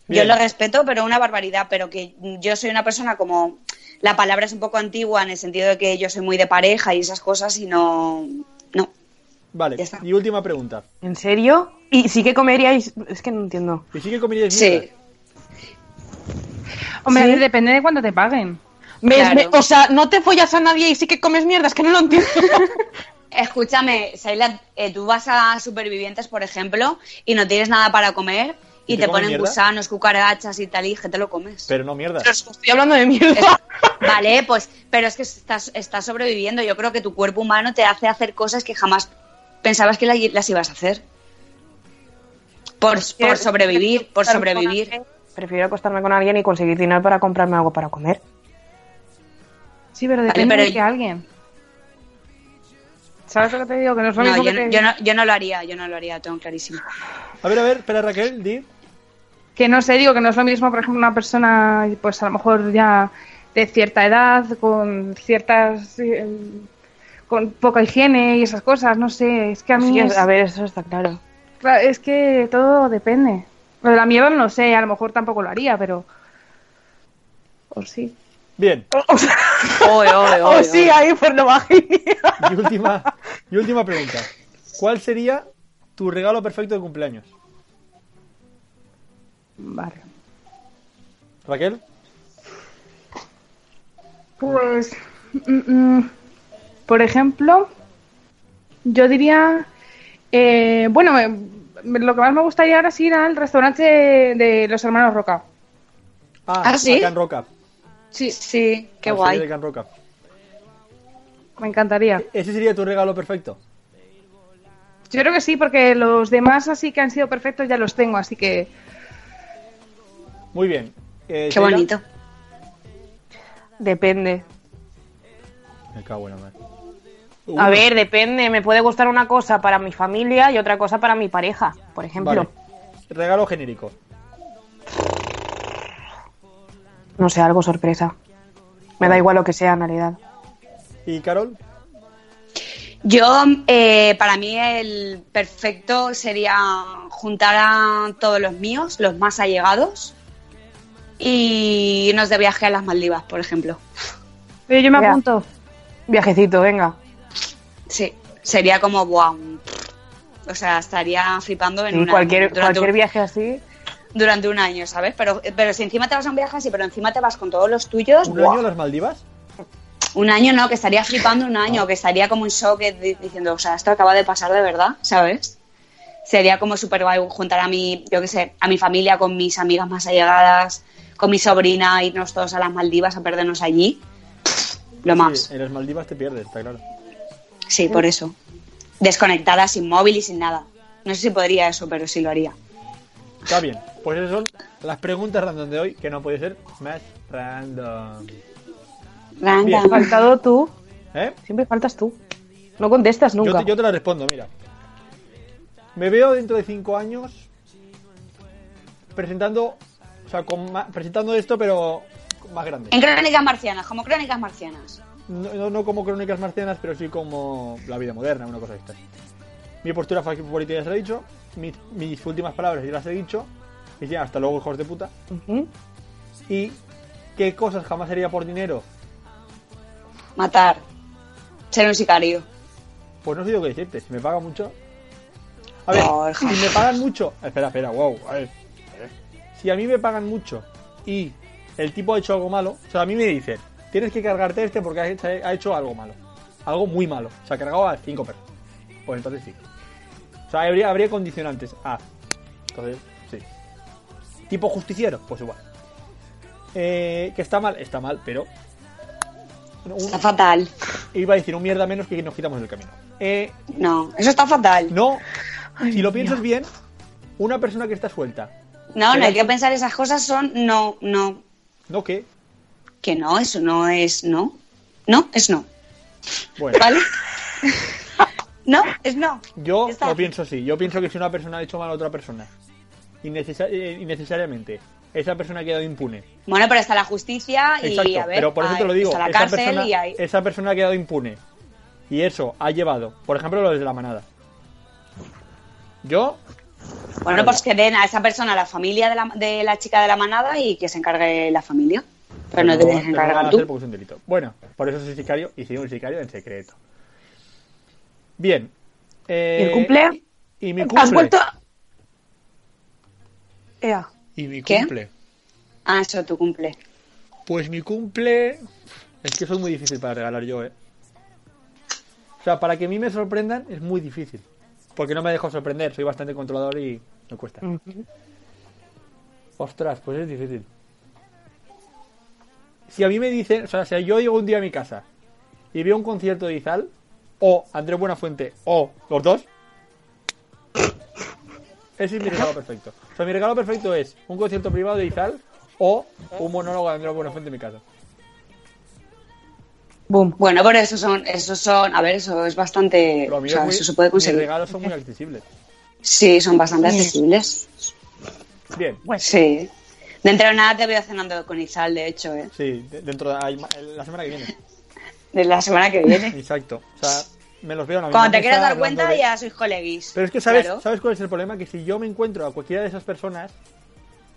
[SPEAKER 2] Yo
[SPEAKER 1] Bien.
[SPEAKER 2] lo respeto, pero una barbaridad. Pero que yo soy una persona como. La palabra es un poco antigua en el sentido de que yo soy muy de pareja y esas cosas y no. No.
[SPEAKER 1] Vale, y última pregunta.
[SPEAKER 4] ¿En serio? Y sí que comeríais. Es que no entiendo.
[SPEAKER 1] ¿Y sí que comerías
[SPEAKER 2] Sí.
[SPEAKER 1] mierda?
[SPEAKER 3] Hombre,
[SPEAKER 4] ¿Sí?
[SPEAKER 3] a ver, depende de cuánto te paguen.
[SPEAKER 4] Me-
[SPEAKER 2] Claro.
[SPEAKER 4] me- o sea, no te follas a nadie y sí que comes mierda. Es que no lo entiendo.
[SPEAKER 2] Escúchame, Saila, eh, tú vas a supervivientes, por ejemplo, y no tienes nada para comer y,
[SPEAKER 1] ¿Y te
[SPEAKER 2] te,
[SPEAKER 1] comen
[SPEAKER 2] ponen
[SPEAKER 1] mierda?
[SPEAKER 2] gusanos, cucarachas y tal, y que te lo comes.
[SPEAKER 1] Pero no mierda.
[SPEAKER 4] Pero estoy hablando de mierda.
[SPEAKER 2] Vale, pues, pero es que estás, estás sobreviviendo. Yo creo que tu cuerpo humano te hace hacer cosas que jamás pensabas que la- las ibas a hacer. Por,
[SPEAKER 3] Pues
[SPEAKER 2] por sobrevivir, por sobrevivir.
[SPEAKER 4] Prefiero acostarme con alguien y conseguir dinero para comprarme algo para comer.
[SPEAKER 3] Sí, pero
[SPEAKER 2] Vale,
[SPEAKER 3] depende
[SPEAKER 2] pero
[SPEAKER 3] de que
[SPEAKER 2] yo-
[SPEAKER 3] alguien. ¿Sabes lo que te digo? Que no es lo
[SPEAKER 2] No,
[SPEAKER 3] mismo
[SPEAKER 2] yo,
[SPEAKER 3] que
[SPEAKER 2] no-
[SPEAKER 3] te-
[SPEAKER 2] yo no, yo no lo haría, yo no lo haría, tengo clarísimo.
[SPEAKER 1] A ver, a ver, espera Raquel, di.
[SPEAKER 3] que no sé, digo que no es lo mismo, por ejemplo, una persona, pues a lo mejor ya de cierta edad, con ciertas. eh, con poca higiene y esas cosas, no sé, es que a mí.
[SPEAKER 4] Sí,
[SPEAKER 3] es-
[SPEAKER 4] a ver, eso está claro.
[SPEAKER 3] Claro, es que todo depende. Lo de la mierda no sé, a lo mejor tampoco lo haría, pero. O sí.
[SPEAKER 1] Bien.
[SPEAKER 3] Oh,
[SPEAKER 4] O sí, ahí por lo bajito.
[SPEAKER 1] Y última, y última pregunta. ¿Cuál sería tu regalo perfecto de cumpleaños?
[SPEAKER 3] Vale.
[SPEAKER 1] Raquel,
[SPEAKER 3] Pues. mm, mm, por ejemplo, yo diría. eh, bueno, me- me- lo que más me gustaría ahora es ir al restaurante de, de los hermanos Roca.
[SPEAKER 1] Ah,
[SPEAKER 3] ¿Ah, sí?
[SPEAKER 1] a Can Roca.
[SPEAKER 3] Sí,
[SPEAKER 2] sí,
[SPEAKER 1] Al taller de Can Roca.
[SPEAKER 3] Me encantaría.
[SPEAKER 1] Ese sería tu regalo perfecto.
[SPEAKER 3] Yo creo que sí, porque los demás así que han sido perfectos ya los tengo, así que.
[SPEAKER 1] Muy bien. Eh,
[SPEAKER 3] Qué
[SPEAKER 1] Sheila,
[SPEAKER 3] bonito.
[SPEAKER 4] Depende.
[SPEAKER 1] Me cago en la madre.
[SPEAKER 4] A
[SPEAKER 1] Uno.
[SPEAKER 4] ver, depende. Me puede gustar una cosa para mi familia y otra cosa para mi pareja, por ejemplo.
[SPEAKER 1] Vale. Regalo genérico.
[SPEAKER 4] No sé, algo sorpresa. Me da igual lo que sea, en realidad.
[SPEAKER 1] ¿Y Carol?
[SPEAKER 2] Yo, eh, para mí, el perfecto sería juntar a todos los míos, los más allegados, y irnos de viaje a las Maldivas, por ejemplo.
[SPEAKER 3] yo me apunto.
[SPEAKER 4] Viajecito, venga.
[SPEAKER 2] Sí, sería como, wow. O sea, estaría flipando en
[SPEAKER 4] Sí,
[SPEAKER 2] una-
[SPEAKER 4] cualquier,
[SPEAKER 2] durante un-
[SPEAKER 4] cualquier viaje así.
[SPEAKER 2] durante un año, ¿sabes? Pero, pero si encima te vas a un viaje así, pero encima te vas con todos los tuyos,
[SPEAKER 1] ¿Un
[SPEAKER 2] ¡buah!
[SPEAKER 1] año a las Maldivas?
[SPEAKER 2] Un año no, que estaría flipando un año, que estaría como en shock eh, di- diciendo, o sea, esto acaba de pasar de verdad, ¿sabes? Sería como súper guay juntar a mi, yo qué sé, a mi familia con mis amigas más allegadas, con mi sobrina, irnos todos a las Maldivas a perdernos allí. Lo
[SPEAKER 1] Sí, eh.
[SPEAKER 2] más.
[SPEAKER 1] en las Maldivas te pierdes, está claro.
[SPEAKER 2] Sí, por eso. Desconectada, sin móvil y sin nada. No sé si podría eso, pero sí lo haría.
[SPEAKER 1] Está bien. Pues esas son las preguntas random de hoy, que no puede ser más random.
[SPEAKER 4] Bien. Has faltado tú.
[SPEAKER 1] ¿Eh?
[SPEAKER 4] Siempre faltas tú. No contestas
[SPEAKER 1] Yo
[SPEAKER 4] nunca.
[SPEAKER 1] te, yo te la respondo, mira. Me veo dentro de cinco años presentando, o sea, con ma- presentando esto, pero más grande.
[SPEAKER 2] En Crónicas Marcianas, como Crónicas Marcianas.
[SPEAKER 1] No, no- no como crónicas marcianas, pero sí como la vida moderna, una cosa de estas. Mi postura fa- favorita ya se la he dicho. Mis, mis últimas palabras ya las he dicho. Y ya, hasta luego, hijos de puta. Y qué cosas jamás haría por dinero.
[SPEAKER 2] Matar. Ser un sicario.
[SPEAKER 1] Pues no sé yo qué decirte, si me pagan mucho. A ver, si me pagan mucho. Espera, espera, wow. A ver. Si a mí me pagan mucho y el tipo ha hecho algo malo, o sea, a mí me dicen, tienes que cargarte este porque ha hecho, ha hecho algo malo. Algo muy malo. Se ha cargado a cinco perros. Pues entonces sí. O sea, habría, habría condicionantes. Ah, entonces sí. Tipo justiciero, pues igual. Eh, que está mal, está mal, pero.
[SPEAKER 2] Está fatal.
[SPEAKER 1] Iba a decir un mierda menos que nos quitamos del camino. Eh,
[SPEAKER 2] no, eso está fatal.
[SPEAKER 1] No, si lo piensas bien, una persona que está suelta.
[SPEAKER 2] No, no
[SPEAKER 1] Pero-
[SPEAKER 2] hay que pensar esas cosas son no, no.
[SPEAKER 1] ¿No qué?
[SPEAKER 2] Que no, eso no es no. No, es no.
[SPEAKER 1] Bueno,
[SPEAKER 2] ¿Vale? no, es no.
[SPEAKER 1] yo
[SPEAKER 2] está.
[SPEAKER 1] lo pienso así. Yo pienso que si una persona ha hecho mal a otra persona, innecesa- eh, innecesariamente, esa persona ha quedado impune.
[SPEAKER 2] Bueno, pero está la justicia y
[SPEAKER 1] Exacto,
[SPEAKER 2] a ver.
[SPEAKER 1] pero por eso te lo
[SPEAKER 2] ahí
[SPEAKER 1] digo.
[SPEAKER 2] Está la
[SPEAKER 1] esa,
[SPEAKER 2] cárcel
[SPEAKER 1] persona,
[SPEAKER 2] y ahí.
[SPEAKER 1] esa persona ha quedado impune. Y eso ha llevado, por ejemplo, lo de la manada. Yo,
[SPEAKER 2] Bueno, pues que den a esa persona la familia de la, de la chica de la manada y que se encargue la familia. Pero no te
[SPEAKER 1] lo-
[SPEAKER 2] dejes
[SPEAKER 1] lo van
[SPEAKER 2] encargar
[SPEAKER 1] a
[SPEAKER 2] tú.
[SPEAKER 1] hacer porque es un delito. Bueno, por eso soy sicario y soy un sicario en secreto. Bien. eh,
[SPEAKER 4] ¿Y el cumple?
[SPEAKER 1] Y mi
[SPEAKER 4] ¿Has
[SPEAKER 1] cumple.
[SPEAKER 4] vuelto? Ea.
[SPEAKER 1] ¿Y mi
[SPEAKER 2] ¿Qué?
[SPEAKER 1] cumple?
[SPEAKER 2] Ah, eso tu cumple.
[SPEAKER 1] Pues mi cumple. Es que soy muy difícil para regalar yo, eh. O sea, para que a mí me sorprendan es muy difícil. Porque no me dejo sorprender, soy bastante controlador y me cuesta. Ostras, pues es difícil. Si a mí me dicen, o sea, si yo llego un día a mi casa y veo un concierto de Izal, o Andrés Buenafuente, o los dos, ese es mi regalo perfecto. O sea, mi regalo perfecto es un concierto privado de Izal o un monólogo de Andrés Buenafuente en mi casa.
[SPEAKER 2] Bueno, pero eso son, eso son, a ver, eso es bastante, o sea, eso se puede
[SPEAKER 1] Los
[SPEAKER 2] conseguir.
[SPEAKER 1] regalos son muy accesibles.
[SPEAKER 2] Sí, son bastante accesibles.
[SPEAKER 1] Bien.
[SPEAKER 2] Sí. Dentro de nada te veo cenando con Izal, de hecho, ¿eh?
[SPEAKER 1] Sí, de- dentro de ahí- la semana que viene.
[SPEAKER 2] de la semana que viene.
[SPEAKER 1] Exacto. O sea, me los veo en la misma
[SPEAKER 2] Cuando te
[SPEAKER 1] mesa
[SPEAKER 2] quieras dar
[SPEAKER 1] hablando
[SPEAKER 2] cuenta
[SPEAKER 1] de-
[SPEAKER 2] ya sois coleguis.
[SPEAKER 1] Pero es que sabes,
[SPEAKER 2] Claro.
[SPEAKER 1] ¿sabes cuál es el problema? Que si yo me encuentro a cualquiera de esas personas,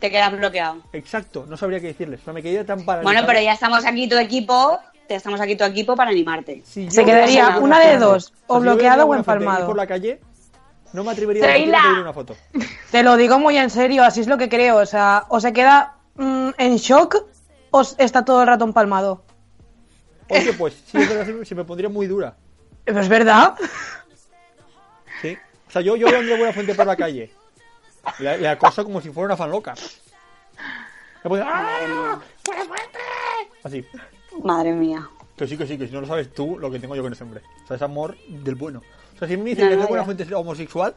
[SPEAKER 2] te quedas bloqueado.
[SPEAKER 1] Exacto, no sabría qué decirles. No me quedé tan para.
[SPEAKER 2] Bueno, pero ya estamos aquí tu equipo, te estamos aquí tu equipo para animarte.
[SPEAKER 4] Se quedaría una de dos, o bloqueado o
[SPEAKER 1] palmado
[SPEAKER 4] empalmado.
[SPEAKER 1] por la calle, no me atrevería a
[SPEAKER 4] Seila.
[SPEAKER 1] pedir una foto.
[SPEAKER 4] Te lo digo muy en serio, así es lo que creo. O sea, o se queda mm, en shock o s- está todo el rato empalmado.
[SPEAKER 1] Oye, pues sí, es verdad, se- se me pondría muy dura.
[SPEAKER 4] Pero es verdad.
[SPEAKER 1] Sí. O sea, yo, yo veo a Andrea Buenafuente por la calle. Le, le acoso como si fuera una fan loca. Le voy a- ¡Ah! Así.
[SPEAKER 2] Madre mía.
[SPEAKER 1] Que sí, que sí, que si no lo sabes tú, lo que tengo yo con ese hombre. O sea, es amor del bueno. O sea, si me dicen
[SPEAKER 2] No,
[SPEAKER 1] que Andrea
[SPEAKER 2] no, ya.
[SPEAKER 1] Buenafuente es homosexual,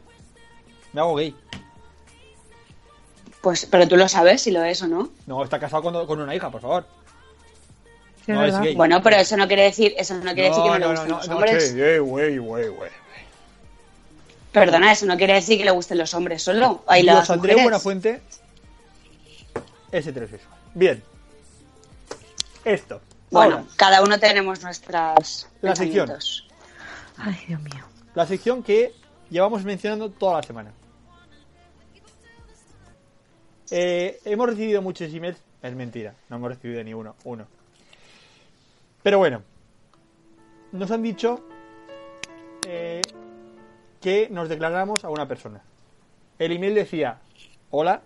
[SPEAKER 1] me hago gay.
[SPEAKER 2] Pues, pero tú lo sabes si lo es o no.
[SPEAKER 1] No, está casado con, con una hija, por favor.
[SPEAKER 2] Sí,
[SPEAKER 1] No, es verdad. gay.
[SPEAKER 2] Bueno, pero eso no quiere decir, eso no quiere decir que no, le
[SPEAKER 1] no,
[SPEAKER 2] gusten
[SPEAKER 1] no,
[SPEAKER 2] los
[SPEAKER 1] no,
[SPEAKER 2] hombres.
[SPEAKER 1] che, eh, güey, güey, güey.
[SPEAKER 2] Perdona, eso no quiere decir que le gusten los hombres solo. Hay las
[SPEAKER 1] Dios, Andreu
[SPEAKER 2] mujeres.
[SPEAKER 1] Buenafuente es heterosexual. Bien. Esto.
[SPEAKER 2] Bueno,
[SPEAKER 1] Ahora,
[SPEAKER 2] cada uno tenemos nuestras
[SPEAKER 1] la sección.
[SPEAKER 2] pensamientos.
[SPEAKER 1] Ay, Dios mío. La sección que llevamos mencionando toda la semana. Eh, hemos recibido muchos emails. Es mentira, no hemos recibido ni uno. Uno. Pero bueno, nos han dicho eh, que nos declaramos a una persona. El email decía, hola,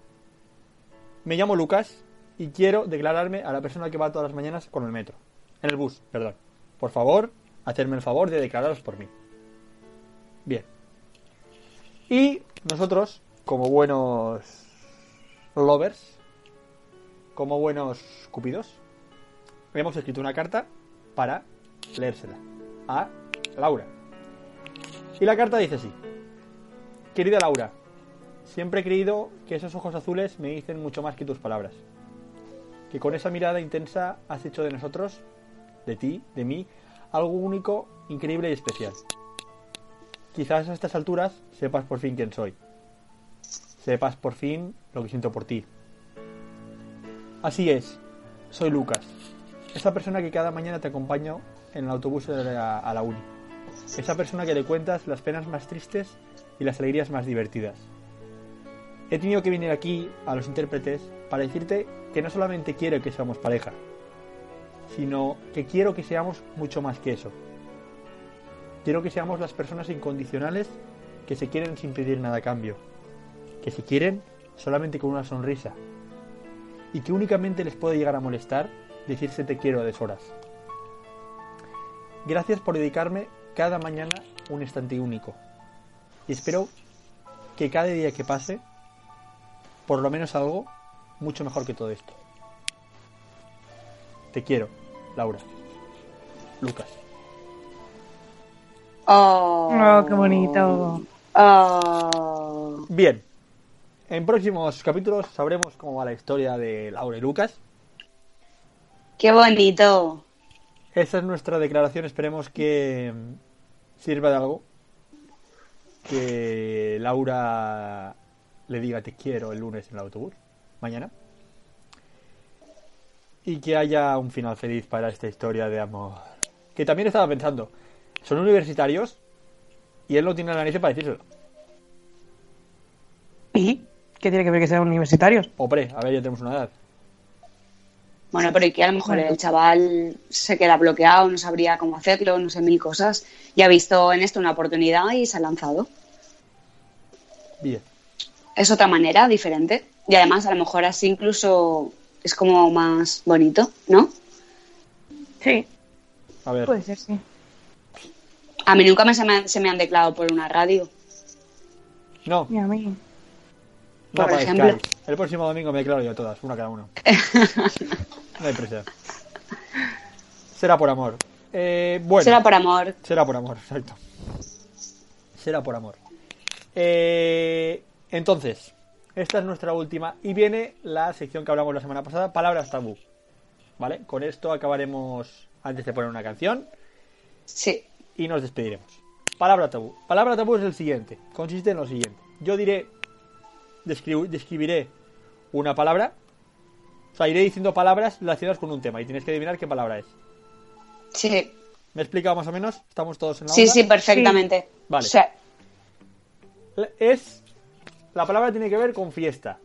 [SPEAKER 1] me llamo Lucas y quiero declararme a la persona que va todas las mañanas con el metro. En el bus, perdón. Por favor, hacerme el favor de declararos por mí. Bien. Y nosotros, como buenos lovers, como buenos cupidos, hemos escrito una carta para leérsela a Laura. Y la carta dice así. Querida Laura, siempre he creído que esos ojos azules me dicen mucho más que tus palabras. Que con esa mirada intensa has hecho de nosotros, de ti, de mí, algo único, increíble y especial. Quizás a estas alturas sepas por fin quién soy. Sepas por fin lo que siento por ti. Así es, soy Lucas. Esa persona que cada mañana te acompaño en el autobús de la- a la uni. Esa persona que le cuentas las penas más tristes y las alegrías más divertidas. He tenido que venir aquí a los intérpretes para decirte que no solamente quiero que seamos pareja, sino que quiero que seamos mucho más que eso. Quiero que seamos las personas incondicionales que se quieren sin pedir nada a cambio, que se quieren solamente con una sonrisa y que únicamente les puede llegar a molestar decirse te quiero a deshoras. Gracias por dedicarme cada mañana un instante único y espero que cada día que pase, por lo menos algo mucho mejor que todo esto. Te quiero, Laura. Lucas.
[SPEAKER 2] Oh,
[SPEAKER 3] Oh, qué bonito.
[SPEAKER 2] Oh.
[SPEAKER 1] Bien. En próximos capítulos sabremos cómo va la historia de Laura y Lucas.
[SPEAKER 2] Qué bonito.
[SPEAKER 1] Esa es nuestra declaración. Esperemos que mm, sirva de algo. Que Laura le diga te quiero el lunes en el autobús. Mañana. Y que haya un final feliz para esta historia de amor. Que también estaba pensando. Son universitarios. Y él no tiene la nariz para decírselo.
[SPEAKER 4] ¿Y qué tiene que ver que sean universitarios?
[SPEAKER 1] Hombre, a ver, ya tenemos una edad.
[SPEAKER 2] Bueno, pero y que a lo mejor
[SPEAKER 4] Bueno.
[SPEAKER 2] el chaval se queda bloqueado, no sabría cómo hacerlo, no sé mil cosas. Y ha visto en esto una oportunidad y se ha lanzado.
[SPEAKER 1] Bien.
[SPEAKER 2] Es otra manera diferente. Y además, a lo mejor así incluso es como más bonito, ¿no?
[SPEAKER 4] Sí.
[SPEAKER 1] A ver.
[SPEAKER 3] Pues
[SPEAKER 4] Puede ser, sí.
[SPEAKER 2] A mí nunca me se, me han, se me han declarado por una radio.
[SPEAKER 1] No,
[SPEAKER 4] Y a mí.
[SPEAKER 1] no
[SPEAKER 2] por
[SPEAKER 1] para
[SPEAKER 2] ejemplo.
[SPEAKER 1] Skype. El próximo domingo me declaro yo todas, una cada uno. No hay prisa. Será por amor. Eh, bueno.
[SPEAKER 2] Será por amor.
[SPEAKER 1] Será por amor, exacto. Será por amor. Eh, entonces, esta es nuestra última. Y viene la sección que hablamos la semana pasada, palabras tabú. ¿Vale? Con esto acabaremos antes de poner una canción.
[SPEAKER 2] Sí.
[SPEAKER 1] Y nos despediremos. Palabra tabú. Palabra tabú es el siguiente. Consiste en lo siguiente. Yo diré, describo- describiré una palabra. O sea, iré diciendo palabras relacionadas con un tema y tienes que adivinar qué palabra es.
[SPEAKER 2] Sí.
[SPEAKER 1] ¿Me he explicado más o menos? ¿Estamos todos en la
[SPEAKER 2] Sí,
[SPEAKER 1] onda?
[SPEAKER 2] sí, perfectamente.
[SPEAKER 1] Vale.
[SPEAKER 2] O sea,
[SPEAKER 1] Es. La palabra tiene que ver con fiesta.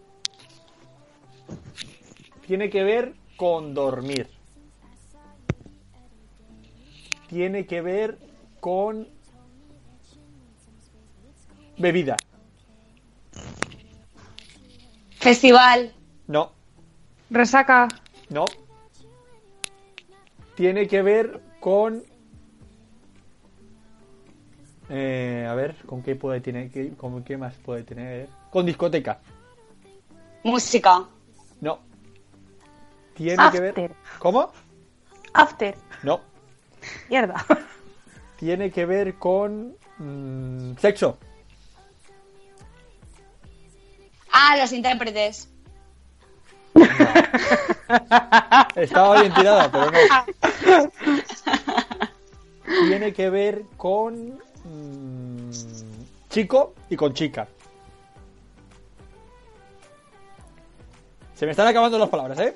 [SPEAKER 1] Tiene que ver con dormir. Tiene que ver con. Bebida.
[SPEAKER 2] festival.
[SPEAKER 1] No,
[SPEAKER 3] Resaca.
[SPEAKER 1] no. Tiene que ver con. Eh, a ver, ¿con qué puede tener? qué- ¿Con qué más puede tener? Con discoteca.
[SPEAKER 2] Música.
[SPEAKER 1] No. Tiene que ver.
[SPEAKER 4] After.
[SPEAKER 1] ¿Cómo?
[SPEAKER 4] After.
[SPEAKER 1] No.
[SPEAKER 4] Mierda.
[SPEAKER 1] Tiene que ver con mm, sexo.
[SPEAKER 2] Ah, los intérpretes.
[SPEAKER 1] Estaba bien tirada, pero no. Tiene que ver con mm, chico y con chica. Se me están acabando las palabras, ¿eh?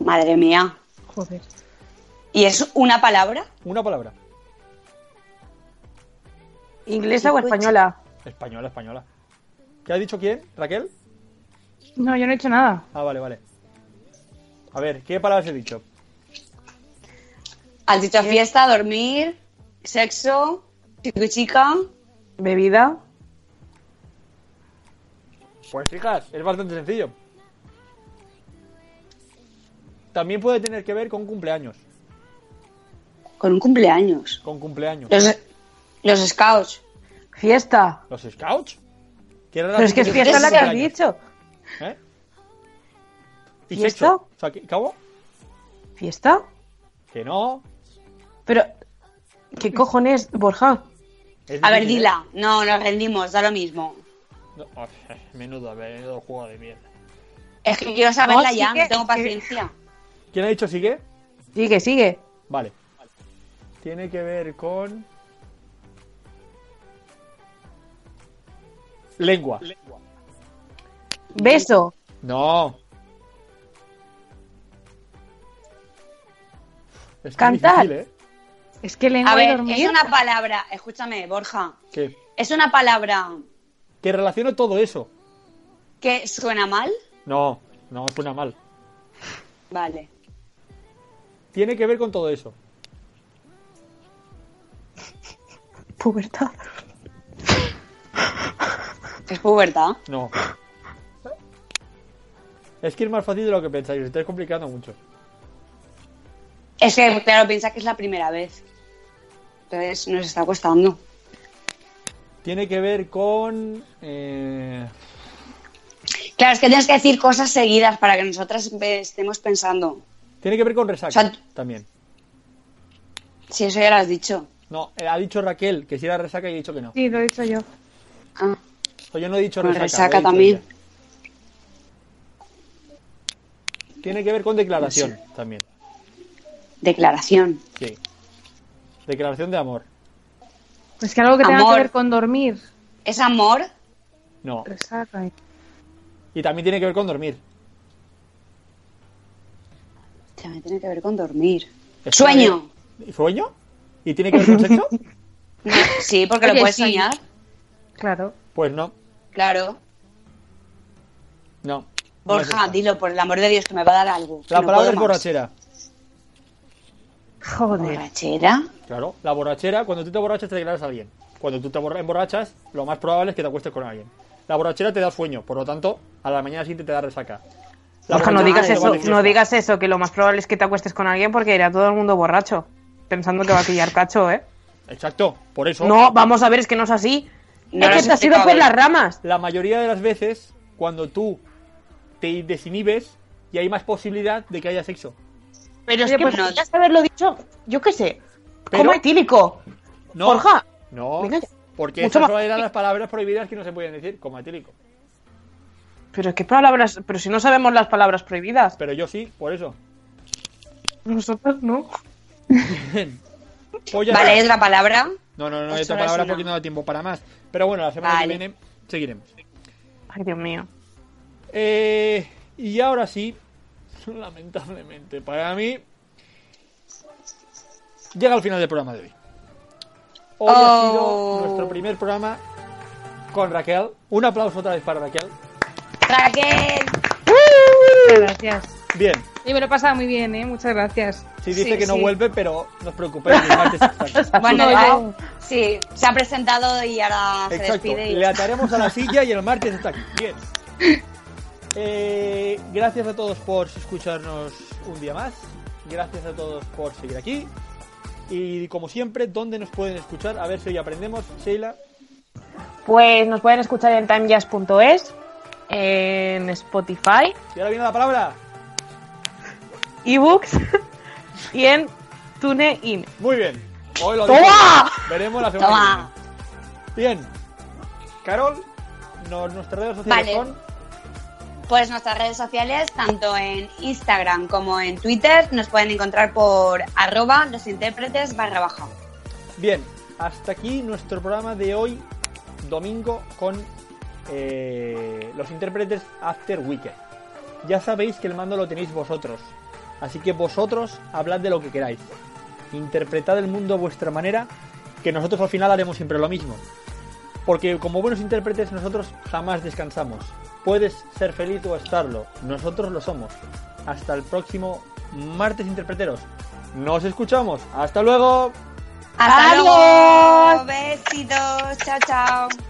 [SPEAKER 2] Madre mía.
[SPEAKER 3] Joder.
[SPEAKER 2] ¿Y es una palabra?
[SPEAKER 1] Una palabra.
[SPEAKER 4] ¿Inglesa o española?
[SPEAKER 1] Española, española. ¿Qué ha dicho quién? ¿Raquel?
[SPEAKER 3] No, yo no he hecho nada.
[SPEAKER 1] Ah, vale, vale. A ver, ¿qué palabras he dicho?
[SPEAKER 2] Has dicho fiesta, dormir, sexo, chico y chica.
[SPEAKER 4] Bebida.
[SPEAKER 1] Pues fijas, es bastante sencillo. También puede tener que ver con cumpleaños.
[SPEAKER 2] Con un cumpleaños.
[SPEAKER 1] Con cumpleaños.
[SPEAKER 2] Los, los scouts.
[SPEAKER 4] Fiesta.
[SPEAKER 1] ¿Los scouts? ¿Qué era la
[SPEAKER 4] Pero es que es
[SPEAKER 1] definición
[SPEAKER 4] fiesta
[SPEAKER 1] de
[SPEAKER 4] la que has
[SPEAKER 1] cumpleaños?
[SPEAKER 4] dicho.
[SPEAKER 1] ¿Eh? ¿Y
[SPEAKER 4] ¿Fiesta?
[SPEAKER 1] sexo? O sea, ¿qué- ¿Cómo?
[SPEAKER 4] ¿Fiesta?
[SPEAKER 1] Que no.
[SPEAKER 4] Pero, ¿qué cojones, Borja?
[SPEAKER 1] Es
[SPEAKER 2] A ver,
[SPEAKER 1] difícil,
[SPEAKER 2] dila. No, nos rendimos, da lo mismo.
[SPEAKER 1] ¿eh? No, a ver, menudo, menudo juego de mierda.
[SPEAKER 2] Es que quiero saberla
[SPEAKER 4] No,
[SPEAKER 2] ya,
[SPEAKER 4] sigue,
[SPEAKER 2] no tengo
[SPEAKER 4] sigue.
[SPEAKER 2] paciencia.
[SPEAKER 1] ¿Quién ha dicho sigue?
[SPEAKER 4] Sigue, sigue.
[SPEAKER 1] Vale. Tiene que ver con... Lengua.
[SPEAKER 4] Beso.
[SPEAKER 1] No. Es que es
[SPEAKER 4] Cantar.
[SPEAKER 1] difícil, ¿eh?
[SPEAKER 3] Es que lengua
[SPEAKER 2] A
[SPEAKER 3] y
[SPEAKER 2] ver, ¿eh?
[SPEAKER 3] dormir.
[SPEAKER 2] es una palabra. Escúchame, Borja.
[SPEAKER 1] ¿Qué?
[SPEAKER 2] Es una palabra
[SPEAKER 1] Que relaciono todo eso.
[SPEAKER 2] que suena mal.
[SPEAKER 1] No, no suena mal.
[SPEAKER 2] Vale.
[SPEAKER 1] Tiene que ver con todo eso.
[SPEAKER 4] Pubertad.
[SPEAKER 2] Es pubertad.
[SPEAKER 1] No. Es que es más fácil de lo que pensáis. Os estáis complicando mucho.
[SPEAKER 2] Es que, claro, piensa que es la primera vez. Entonces nos está costando.
[SPEAKER 1] Tiene que ver con... eh,
[SPEAKER 2] Claro, es que tienes que decir cosas seguidas para que nosotras ve- estemos pensando.
[SPEAKER 1] Tiene que ver con resaca.
[SPEAKER 2] Sal-
[SPEAKER 1] También.
[SPEAKER 2] Si eso ya lo has dicho.
[SPEAKER 1] No, eh, ha dicho Raquel que si era resaca y he dicho que no.
[SPEAKER 3] Sí, lo he dicho yo.
[SPEAKER 2] Ah,
[SPEAKER 1] O yo no he dicho
[SPEAKER 2] con
[SPEAKER 1] resaca.
[SPEAKER 2] resaca
[SPEAKER 1] lo he dicho
[SPEAKER 2] también.
[SPEAKER 1] ella. Tiene que ver con declaración también.
[SPEAKER 2] declaración.
[SPEAKER 1] Sí. Declaración de amor.
[SPEAKER 3] Es Pues que algo que tenga
[SPEAKER 2] Amor.
[SPEAKER 3] que ver con dormir.
[SPEAKER 2] ¿Es amor?
[SPEAKER 1] No.
[SPEAKER 3] Resaca. eh.
[SPEAKER 1] Y también tiene que ver con dormir.
[SPEAKER 2] También tiene que ver con dormir.
[SPEAKER 1] Es
[SPEAKER 2] Sueño.
[SPEAKER 1] ¿Y ¿Sueño? ¿Y tiene que ver con sexo?
[SPEAKER 2] Sí, porque lo
[SPEAKER 3] Oye,
[SPEAKER 2] puedes
[SPEAKER 3] sí.
[SPEAKER 2] soñar.
[SPEAKER 3] Claro.
[SPEAKER 1] Pues no,
[SPEAKER 2] Claro.
[SPEAKER 1] no. no es
[SPEAKER 2] Borja,
[SPEAKER 1] esta.
[SPEAKER 2] dilo, por el amor de Dios, que me va a dar algo. que
[SPEAKER 1] La
[SPEAKER 2] no
[SPEAKER 1] palabra
[SPEAKER 2] puedo
[SPEAKER 1] es
[SPEAKER 2] más.
[SPEAKER 1] borrachera.
[SPEAKER 3] Joder.
[SPEAKER 2] ¿Borrachera?
[SPEAKER 1] Claro, la borrachera, cuando tú te borrachas te declaras a alguien. Cuando tú te borra- emborrachas, lo más probable es que te acuestes con alguien. La borrachera te da sueño, por lo tanto, a la mañana siguiente te da resaca. La
[SPEAKER 4] Borja, no
[SPEAKER 1] borrachera
[SPEAKER 4] digas
[SPEAKER 1] te
[SPEAKER 4] eso,
[SPEAKER 1] va de
[SPEAKER 4] no
[SPEAKER 1] fiesta.
[SPEAKER 4] digas eso, que lo más probable es que te acuestes con alguien porque irá todo el mundo borracho, pensando que va a pillar cacho, ¿eh?
[SPEAKER 1] Exacto, por eso.
[SPEAKER 4] No, vamos a ver, es que no es así.
[SPEAKER 2] No lo
[SPEAKER 4] es
[SPEAKER 2] has
[SPEAKER 4] que te has ido
[SPEAKER 2] explicado eh.
[SPEAKER 4] por
[SPEAKER 2] bien.
[SPEAKER 4] las ramas.
[SPEAKER 1] La mayoría de las veces, cuando tú te desinhibes, y hay más posibilidad de que haya sexo.
[SPEAKER 4] Pero es
[SPEAKER 2] Oye,
[SPEAKER 4] que
[SPEAKER 2] pues no.
[SPEAKER 4] podrías haberlo dicho, yo qué sé,
[SPEAKER 1] Pero-
[SPEAKER 4] como etílico.
[SPEAKER 1] No,
[SPEAKER 4] Borja,
[SPEAKER 1] no,
[SPEAKER 4] venga ya.
[SPEAKER 1] porque
[SPEAKER 4] Mucho
[SPEAKER 1] esas
[SPEAKER 4] más-
[SPEAKER 1] son- eran las palabras prohibidas que no se podían decir, como etílico.
[SPEAKER 4] Pero es que palabras, pero si no sabemos las palabras prohibidas.
[SPEAKER 1] Pero yo sí, por eso.
[SPEAKER 4] Nosotras no.
[SPEAKER 1] Polla.
[SPEAKER 2] Vale, es la palabra.
[SPEAKER 1] No, no, no,
[SPEAKER 2] Pues
[SPEAKER 1] esta
[SPEAKER 2] ahora es
[SPEAKER 1] palabra
[SPEAKER 2] una.
[SPEAKER 1] porque no da tiempo para más. Pero bueno, la semana
[SPEAKER 2] Vale.
[SPEAKER 1] que viene seguiremos.
[SPEAKER 4] Ay, Dios mío.
[SPEAKER 1] Eh, y ahora sí, lamentablemente para mí, llega al final del programa de hoy. Hoy ha sido nuestro primer programa con Raquel. Un aplauso otra vez para Raquel.
[SPEAKER 2] Raquel.
[SPEAKER 3] Gracias.
[SPEAKER 1] Bien,
[SPEAKER 3] Y me lo he pasado muy bien, ¿eh? Muchas gracias.
[SPEAKER 1] si dice que no vuelve, pero no os preocupéis. el martes está aquí.
[SPEAKER 2] Bueno,
[SPEAKER 1] No,
[SPEAKER 2] ya,
[SPEAKER 1] no.
[SPEAKER 2] sí, se ha presentado y ahora se
[SPEAKER 1] Exacto.
[SPEAKER 2] despide. y-
[SPEAKER 1] Le ataremos a la silla y el martes está aquí. Bien. Eh, gracias a todos por escucharnos un día más. Gracias a todos por seguir aquí. Y como siempre, ¿dónde nos pueden escuchar? A ver si hoy aprendemos, Sheila.
[SPEAKER 4] Pues nos pueden escuchar en timejazz.es, en Spotify,
[SPEAKER 1] Y ahora viene la palabra.
[SPEAKER 4] ebooks y en TuneIn.
[SPEAKER 1] Muy bien. Hoy lo
[SPEAKER 4] ¡Toma!
[SPEAKER 1] digo. Veremos la semana.
[SPEAKER 4] ¡Toma!
[SPEAKER 1] que viene. Bien. Carol, nos, nuestras redes sociales
[SPEAKER 2] Vale.
[SPEAKER 1] son.
[SPEAKER 2] Pues nuestras redes sociales, tanto en Instagram como en Twitter, nos pueden encontrar por arroba los intérpretes barra baja.
[SPEAKER 1] Bien, hasta aquí nuestro programa de hoy, domingo, con eh, los intérpretes After Weekend. Ya sabéis que el mando lo tenéis vosotros, así que vosotros hablad de lo que queráis. Interpretad el mundo a vuestra manera, que nosotros al final haremos siempre lo mismo. Porque como buenos intérpretes nosotros jamás descansamos. Puedes ser feliz o estarlo, nosotros lo somos. Hasta el próximo martes, interpreteros. Nos escuchamos. Hasta luego.
[SPEAKER 2] Hasta luego. Besitos. Chao, chao.